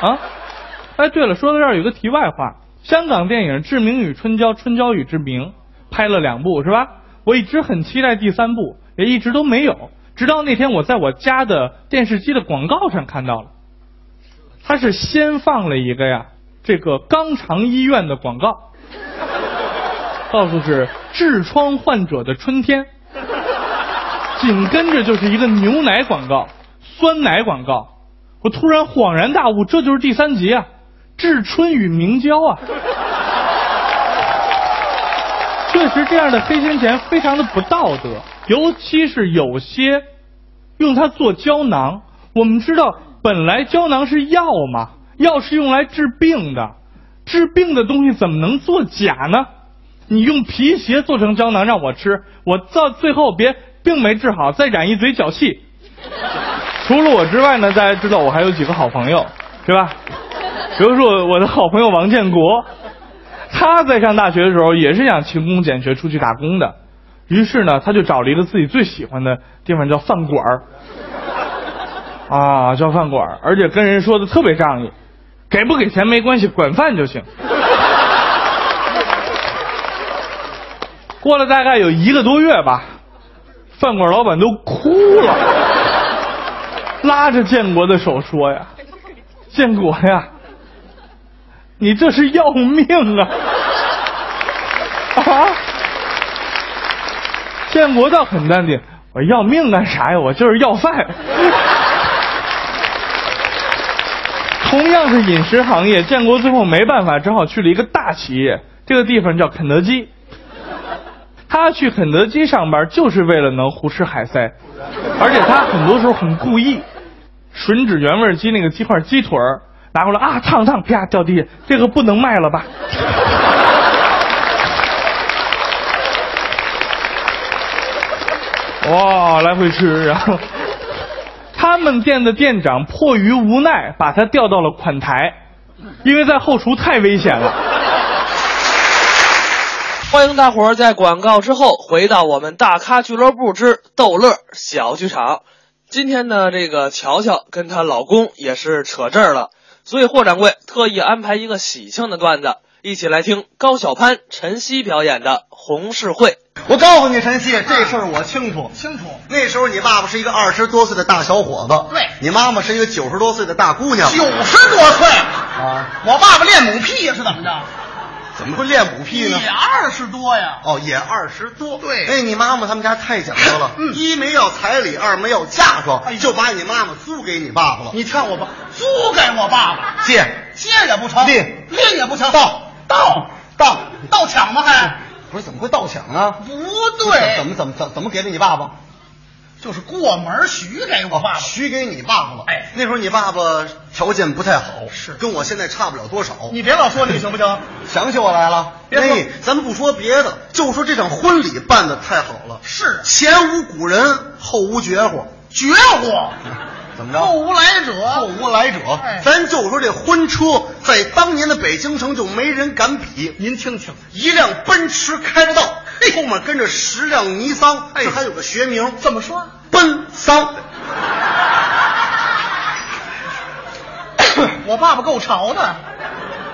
啊？哎，对了，说到这儿有个题外话，香港电影《志明与春娇》《春娇与志明》拍了两部是吧？我一直很期待第三部，也一直都没有，直到那天我在我家的电视机的广告上看到了，他是先放了一个呀，这个肛肠医院的广告，告诉是痔疮患者的春天。紧跟着就是一个牛奶广告、酸奶广告。我突然恍然大悟，这就是第三集啊，《致春与明胶》啊。确实，这样的黑心钱非常的不道德，尤其是有些用它做胶囊。我们知道，本来胶囊是药嘛，药是用来治病的，治病的东西怎么能做假呢？你用皮鞋做成胶囊让我吃，我到最后别病没治好，再染一嘴脚气。除了我之外呢，大家知道我还有几个好朋友，对吧？比如说我我的好朋友王建国，他在上大学的时候也是想勤工俭学出去打工的，于是呢，他就找了一个自己最喜欢的地方叫饭馆儿，啊，叫饭馆儿，而且跟人说的特别仗义，给不给钱没关系，管饭就行。过了大概有一个多月吧，饭馆老板都哭了，拉着建国的手说呀：“建国呀，你这是要命啊！”啊，建国倒很淡定，我要命干啥呀？我就是要饭。 (laughs) 同样是饮食行业，建国之后没办法，只好去了一个大企业，这个地方叫肯德基。他去肯德基上班就是为了能胡吃海塞，而且他很多时候很故意，吮指原味鸡那个鸡块鸡腿儿拿过来啊，烫烫啪掉地下，这个不能卖了吧？ (laughs) 哇，来回吃，然后他们店的店长迫于无奈，把他调到了款台，因为在后厨太危险了。
欢迎大伙儿在广告之后回到我们大咖俱乐部之逗乐小剧场。今天呢，这个乔乔跟她老公也是扯这儿了，所以霍掌柜特意安排一个喜庆的段子，一起来听高晓攀、陈曦表演的《红事会》。
我告诉你，陈曦，这事儿我清
啊
楚，清楚。那时候你爸爸是一个二十多岁的大小伙子，
对
你妈妈是一个九十多岁的大姑娘，
九十多岁
啊，
我爸爸练母屁呀，是怎么着？哎
怎么会练武癖呢？
也二十多呀。
哦，也二十多。
对嗯
哎，你妈妈他们家太讲究了，一没要彩礼，二没要嫁妆，
哎
就把你妈妈租给你爸爸了。你看我吧，
租给我爸爸，
借
借也不成，
借
练也不成，盗盗
盗
盗抢吗？还
不是怎么会盗抢啊？
不对，
怎么怎么怎么怎么给的你爸爸？
就是过门许给我爸爸，
哦许给你爸爸了。哎，那时候你爸爸条件不太好，是跟我现在差不了多少。
你别老说你行不行？
(laughs) 想起我来了，
别说
哎，咱们不说别的，就说这场婚礼办的太好了，
是
前无古人，后无绝活，
绝活，
怎么着？
后无来者，
后无来者，
哎
咱就说这婚车在当年的北京城就没人敢比。您听听，一辆奔驰开着道，后面跟着十辆尼桑，这还有个学名，哎怎么说？奔桑。
(coughs) 我爸爸够潮的，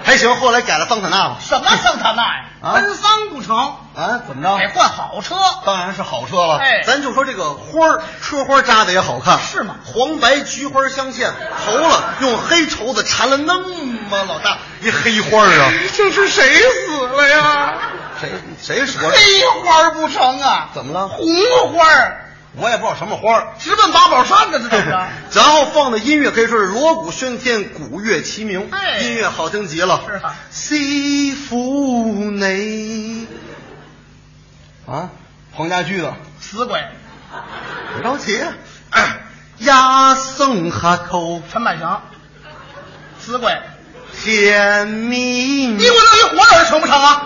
还行，后来改了桑塔纳了。
什么桑塔纳呀？
啊
奔桑不成，
啊，怎么着？
得哎换好车。
当然是好车了。
哎
咱就说这个花儿，车花扎的也好看，
是吗？
黄白菊花相间，头了用黑绸子缠了那么老大一黑花儿啊！
这是谁死了呀？
谁谁说的？
黑花儿不成啊？
怎么了？
红花儿
我也不知道什么花儿。
直奔八宝山的，这啊怎么着？
(laughs) 然后放的音乐可以说是锣鼓喧天，鼓乐齐鸣，
哎
音乐好听极了。
是啊
西服内啊，黄家驹的。
死鬼，
别着急， (coughs) 压送哈口
陈百强，死鬼，
甜蜜
你给我弄一活人成不成啊？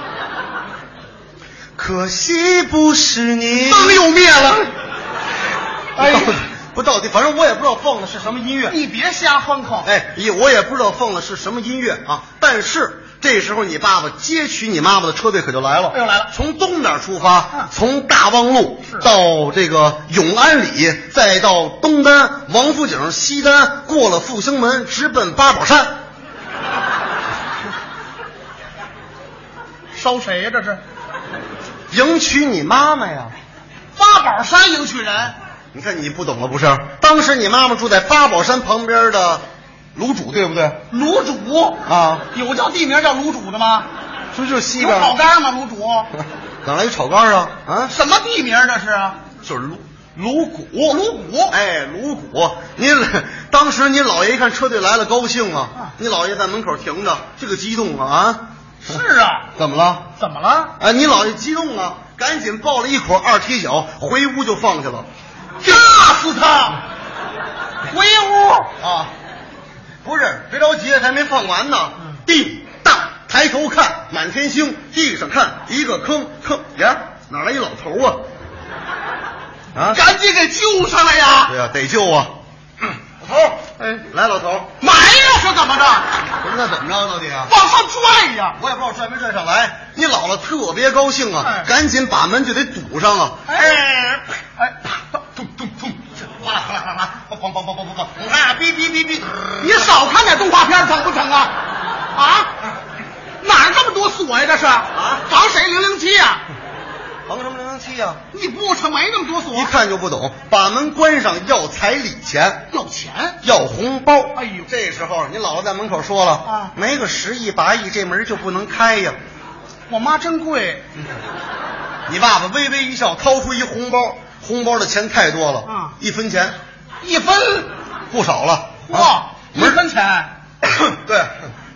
可惜不是你。
灯又灭了。
哎呀，不到底，反正我也不知道放的是什么音乐。
你别瞎哼哼，
哎，也我也不知道放的是什么音乐啊。但是这时候你爸爸接取你妈妈的车队可就哎来了，啊
又来了
从东边出发，从大望路到这个永安里，再到东单、王府井、西单，过了复兴门，直奔八宝山。
烧谁呀？这是
迎娶你妈妈呀！
八宝山迎娶人，
你看你不懂了不是？当时你妈妈住在八宝山旁边的卤煮，对不对？
卤煮
啊，
有叫地名叫卤煮的吗？
这就是西
有
边
烤
儿
干吗？卤煮 (laughs)
哪来一炒肝啊？啊，
什么地名这是？啊
就是卤卤骨，卤骨，哎，卤骨。您当时您姥爷一看车队来了，高兴啊！你姥爷在门口停着，这个激动啊啊！
是啊，
怎么了？
怎么了？
啊，你姥爷激动啊，赶紧抱了一口二踢脚，回屋就放下了。
炸死他！回屋，
啊，不是，别着急，还没放完呢。
嗯
地大，抬头看满天星，地上看一个坑，坑呀，哪来一老头啊？啊，
赶紧给救上来呀！
对呀、得救啊！老头，哎，来，老头，
埋呀，这怎么着？
不是那怎么着到底啊？
往上拽呀！
我也不知道拽没拽上来。你姥姥特别高兴啊，
哎
赶紧把门就得堵上啊。
哎哎，咚咚咚，哗啦哗啦哗啦，梆梆梆梆梆梆，啊哔哔哔哔，你少看点动画片成不成啊？啊，哪儿这么多锁呀？这是啊，防谁零零七呀？
防什么零零七呀？
你不成没那么多锁，
一看就不懂，把门关上要彩礼钱，
要钱，
要红包。
哎呦
这时候你姥姥在门口说了，
啊
没个十亿八亿这门就不能开呀。
我妈真贵，
(laughs) 你爸爸微微一笑，掏出一红包，红包的钱太多了，
啊
一分钱
一分
不少了，啊
哇，一
门儿
分钱，
(coughs) 对，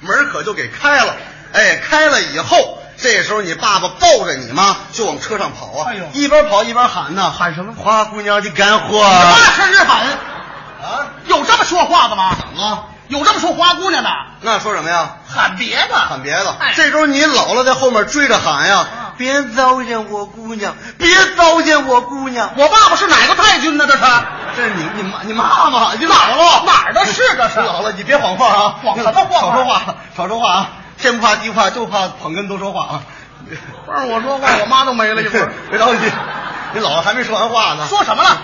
门儿可就给开了。哎，开了以后，这时候你爸爸抱着你妈就往车上跑啊，
哎呦
一边跑一边喊呐，喊什么？花姑娘的干货啊。
那是日本啊，有这么说话的吗？
啊，
有这么说花姑娘的？
那说什么呀？
喊别的，
喊别的。
哎
这时候你姥姥在后面追着喊
啊
呀，别糟践我姑娘，别糟践我姑娘。
我爸爸是哪个太君呢？这是？
这是你你妈你妈妈你姥
哪
姥
哪儿的事这是
姥姥，你别谎话啊！
谎什么话
少说话，少说话啊！天不怕地不怕，就怕捧哏多说话啊！
不让我说话，我妈都没了一会儿。
(laughs)
嗯
别着急，你姥姥还没说完话呢。
说什么了？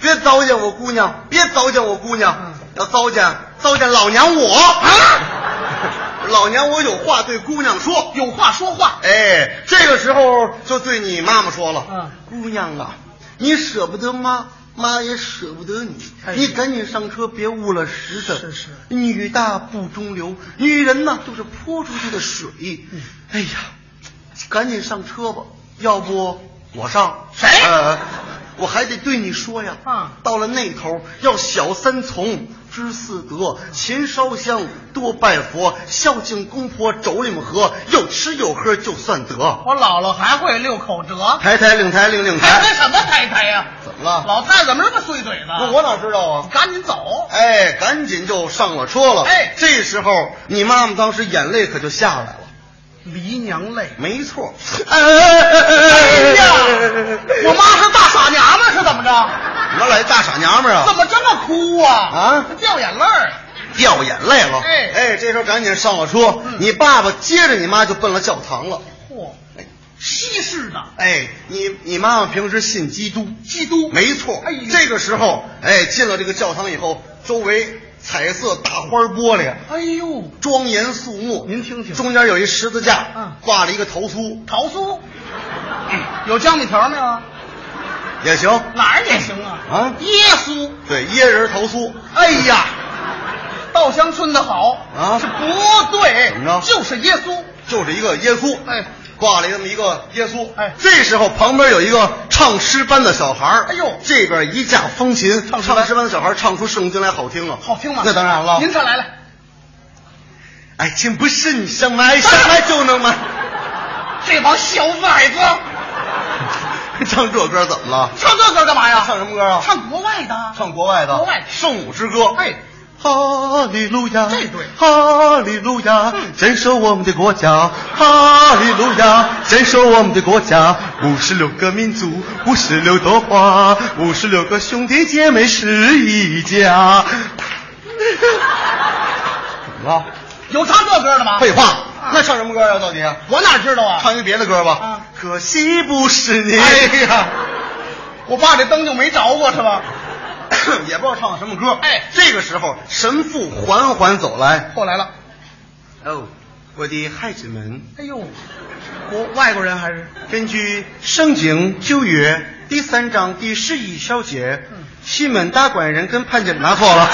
别糟践我姑娘，别糟践我姑
嗯
娘，要糟践糟践老娘我啊！ (laughs) 老娘我有话对姑娘说，
有话说话。
哎，这个时候就对你妈妈说了，
嗯
姑娘啊，你舍不得妈，妈也舍不得你，
哎
你赶紧上车，别误了时辰。是是，女大不中留，女人呢就是泼出去的水。
嗯
哎呀，赶紧上车吧，要不我上。谁？呃，我还得对你说呀。啊，到了那头要小三从。知四德，勤烧香，多拜佛，孝敬公婆，妯娌们和，又吃又喝就算得。
我姥姥还会六口折，
抬抬令抬令令
还跟
抬，
什么太太呀？
怎么了？
老太怎么这么碎嘴呢？
我哪知道啊？
赶紧走！
哎，赶紧就上了车了。
哎
这时候你妈妈当时眼泪可就下来了。
离娘泪，
没错。哎
哎呀，我妈是大傻娘们儿是怎么着？
怎么来大傻娘们儿
怎
啊？
么这么哭啊？
啊
掉眼泪儿。
掉眼泪了。
哎嗯
哎，这时候赶紧上了车，你爸爸接着你妈就奔了教堂了。
嚯，西式的
哎，你你妈妈平时信基督，
基督
没错。
哎呦
这个时候，哎，进了这个教堂以后，周围彩色大花玻璃，
哎呦，
庄严肃穆。您听听，中间有一十字架，
嗯
挂了一个桃酥，
桃酥， (coughs) 有江米条没有啊？
也行
哪儿也行啊。
啊。
耶稣，
对，椰仁桃酥。
哎呀，稻香村的好
啊
是不对，
怎么着
就是耶稣。
就是一个耶稣，
哎，
挂了这么一个耶稣，哎，这时候旁边有一个唱诗班的小孩儿，哎呦，这边一架风琴，唱诗班的小孩儿唱出圣经来好听啊，好
听吗
那当然了，
您这来了，哎
爱情不是你想买想买就能买，
这帮小崽子
唱这歌怎么了？
唱这歌干嘛呀？
唱什么歌啊？
唱国外的，
唱国外的，
国外的
圣母之歌，
哎。
哈利路亚，
这对嗯
哈利路亚，坚守我们的国家，哈利路亚，坚守我们的国家。五十六个民族，五十六朵花，五十六个兄弟姐妹是一家。怎么了？
啊有唱这歌的吗？
废话，那唱什么歌啊？到底？
我哪知道啊？
唱一别的歌吧。可惜不是你。 (laughs)
哎呀，我爸这灯就没着过是吧？
(coughs) 也不知道唱的什么歌。
哎，
这个时候，神父缓缓走来。
后来了，
哦，我的孩子们，
哎呦，国外国人还是
根据《圣经·旧约》第三章第十一小节，
嗯
西门大官人跟潘金拿错了。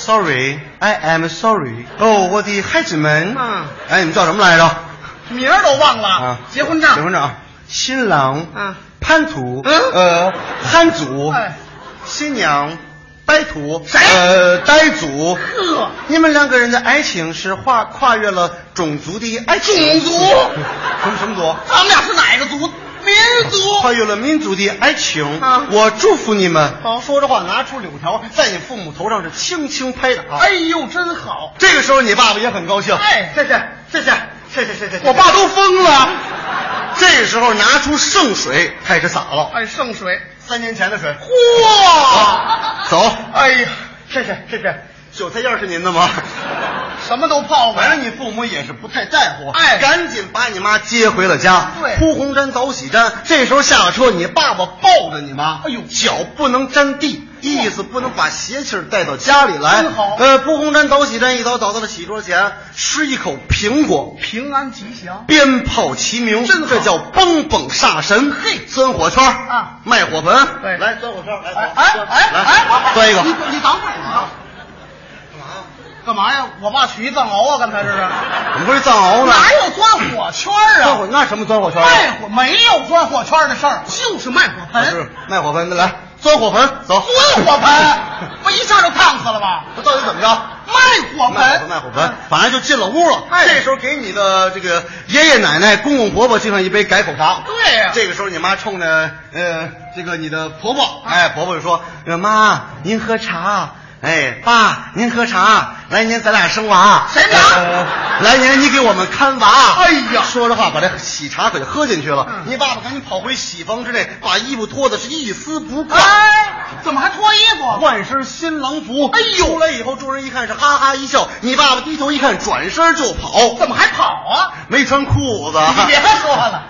Sorry, I am sorry。哦，我的孩子
(laughs)
们，
嗯
哎，你们叫什么来着？
名儿都忘了，
啊，
结婚证，
结婚证啊，新郎，
嗯，
叛徒，呃，汉族，
哎
新娘，呆徒，谁？呃，呆族。
呵，
你们两个人的爱情是跨跨越了种族的爱情，
种
(laughs)
族
什么什么族？
他们俩是哪个族？民族。
跨越了民族的爱情，
啊
我祝福你们。
好
说着话，拿出柳条，在你父母头上是轻轻拍打。
哎呦，真好！
这个时候，你爸爸也很高兴。
哎
谢谢，谢谢，谢谢，谢谢。
我爸都疯了。
这时候拿出圣水开始洒了，
哎，圣水，
三年前的水。
嚯！
走，
哎呀，
谢谢，谢谢。韭菜叶儿是您的吗？
(laughs) 什么都泡过
反。正你父母也是不太在乎，啊
哎
赶紧把你妈接回了家。
对
铺红毡，早洗毡。这时候下了车，你爸爸抱着你妈，
哎呦
脚不能沾地，意思不能把邪气儿带到家里来。
真好
呃，铺红毡，早洗毡，一早早到了洗桌前，吃一口苹果，
平安吉祥。
鞭炮齐鸣，
真好
这叫蹦蹦煞神。
嘿
钻火圈儿
啊
卖火盆，
对
来钻火圈儿，来，
哎哎哎
来
哎，
钻一个
你你等会儿啊！干嘛？干嘛呀？我爸娶一藏獒啊，刚才这是。
怎么会藏獒呢？
哪有钻火圈啊？
钻火那什么钻火圈啊？
卖火没有钻火圈的事儿，就是卖火
啊
盆。
是卖火盆的来，钻火盆走。
钻火
(laughs)
盆，不一下就烫死了吗？
这到底怎么着？
卖火
卖火
盆哎
盆，，卖火盆，反正就进了屋了。这时候给你的这个爷爷奶奶、公公婆婆敬上一杯改口茶。
对呀
这个时候你妈冲着呃这个你的婆
啊
婆，哎，婆婆就说：“呃妈，您喝茶。”哎，爸，您喝茶。来年咱俩生娃，谁
娘
来年你给我们看娃。
哎呀嗯
说着话把这喜茶可就喝进去了。你爸爸赶紧跑回喜房之内，把衣服脱的是一丝不挂。
哎，怎么还脱衣服？
换身新郎服。哎呦，出来以后，众人一看是哈哈一笑。你爸爸低头一看，转身就跑，
怎么还跑啊？
没穿裤子。
(laughs) 你别说了，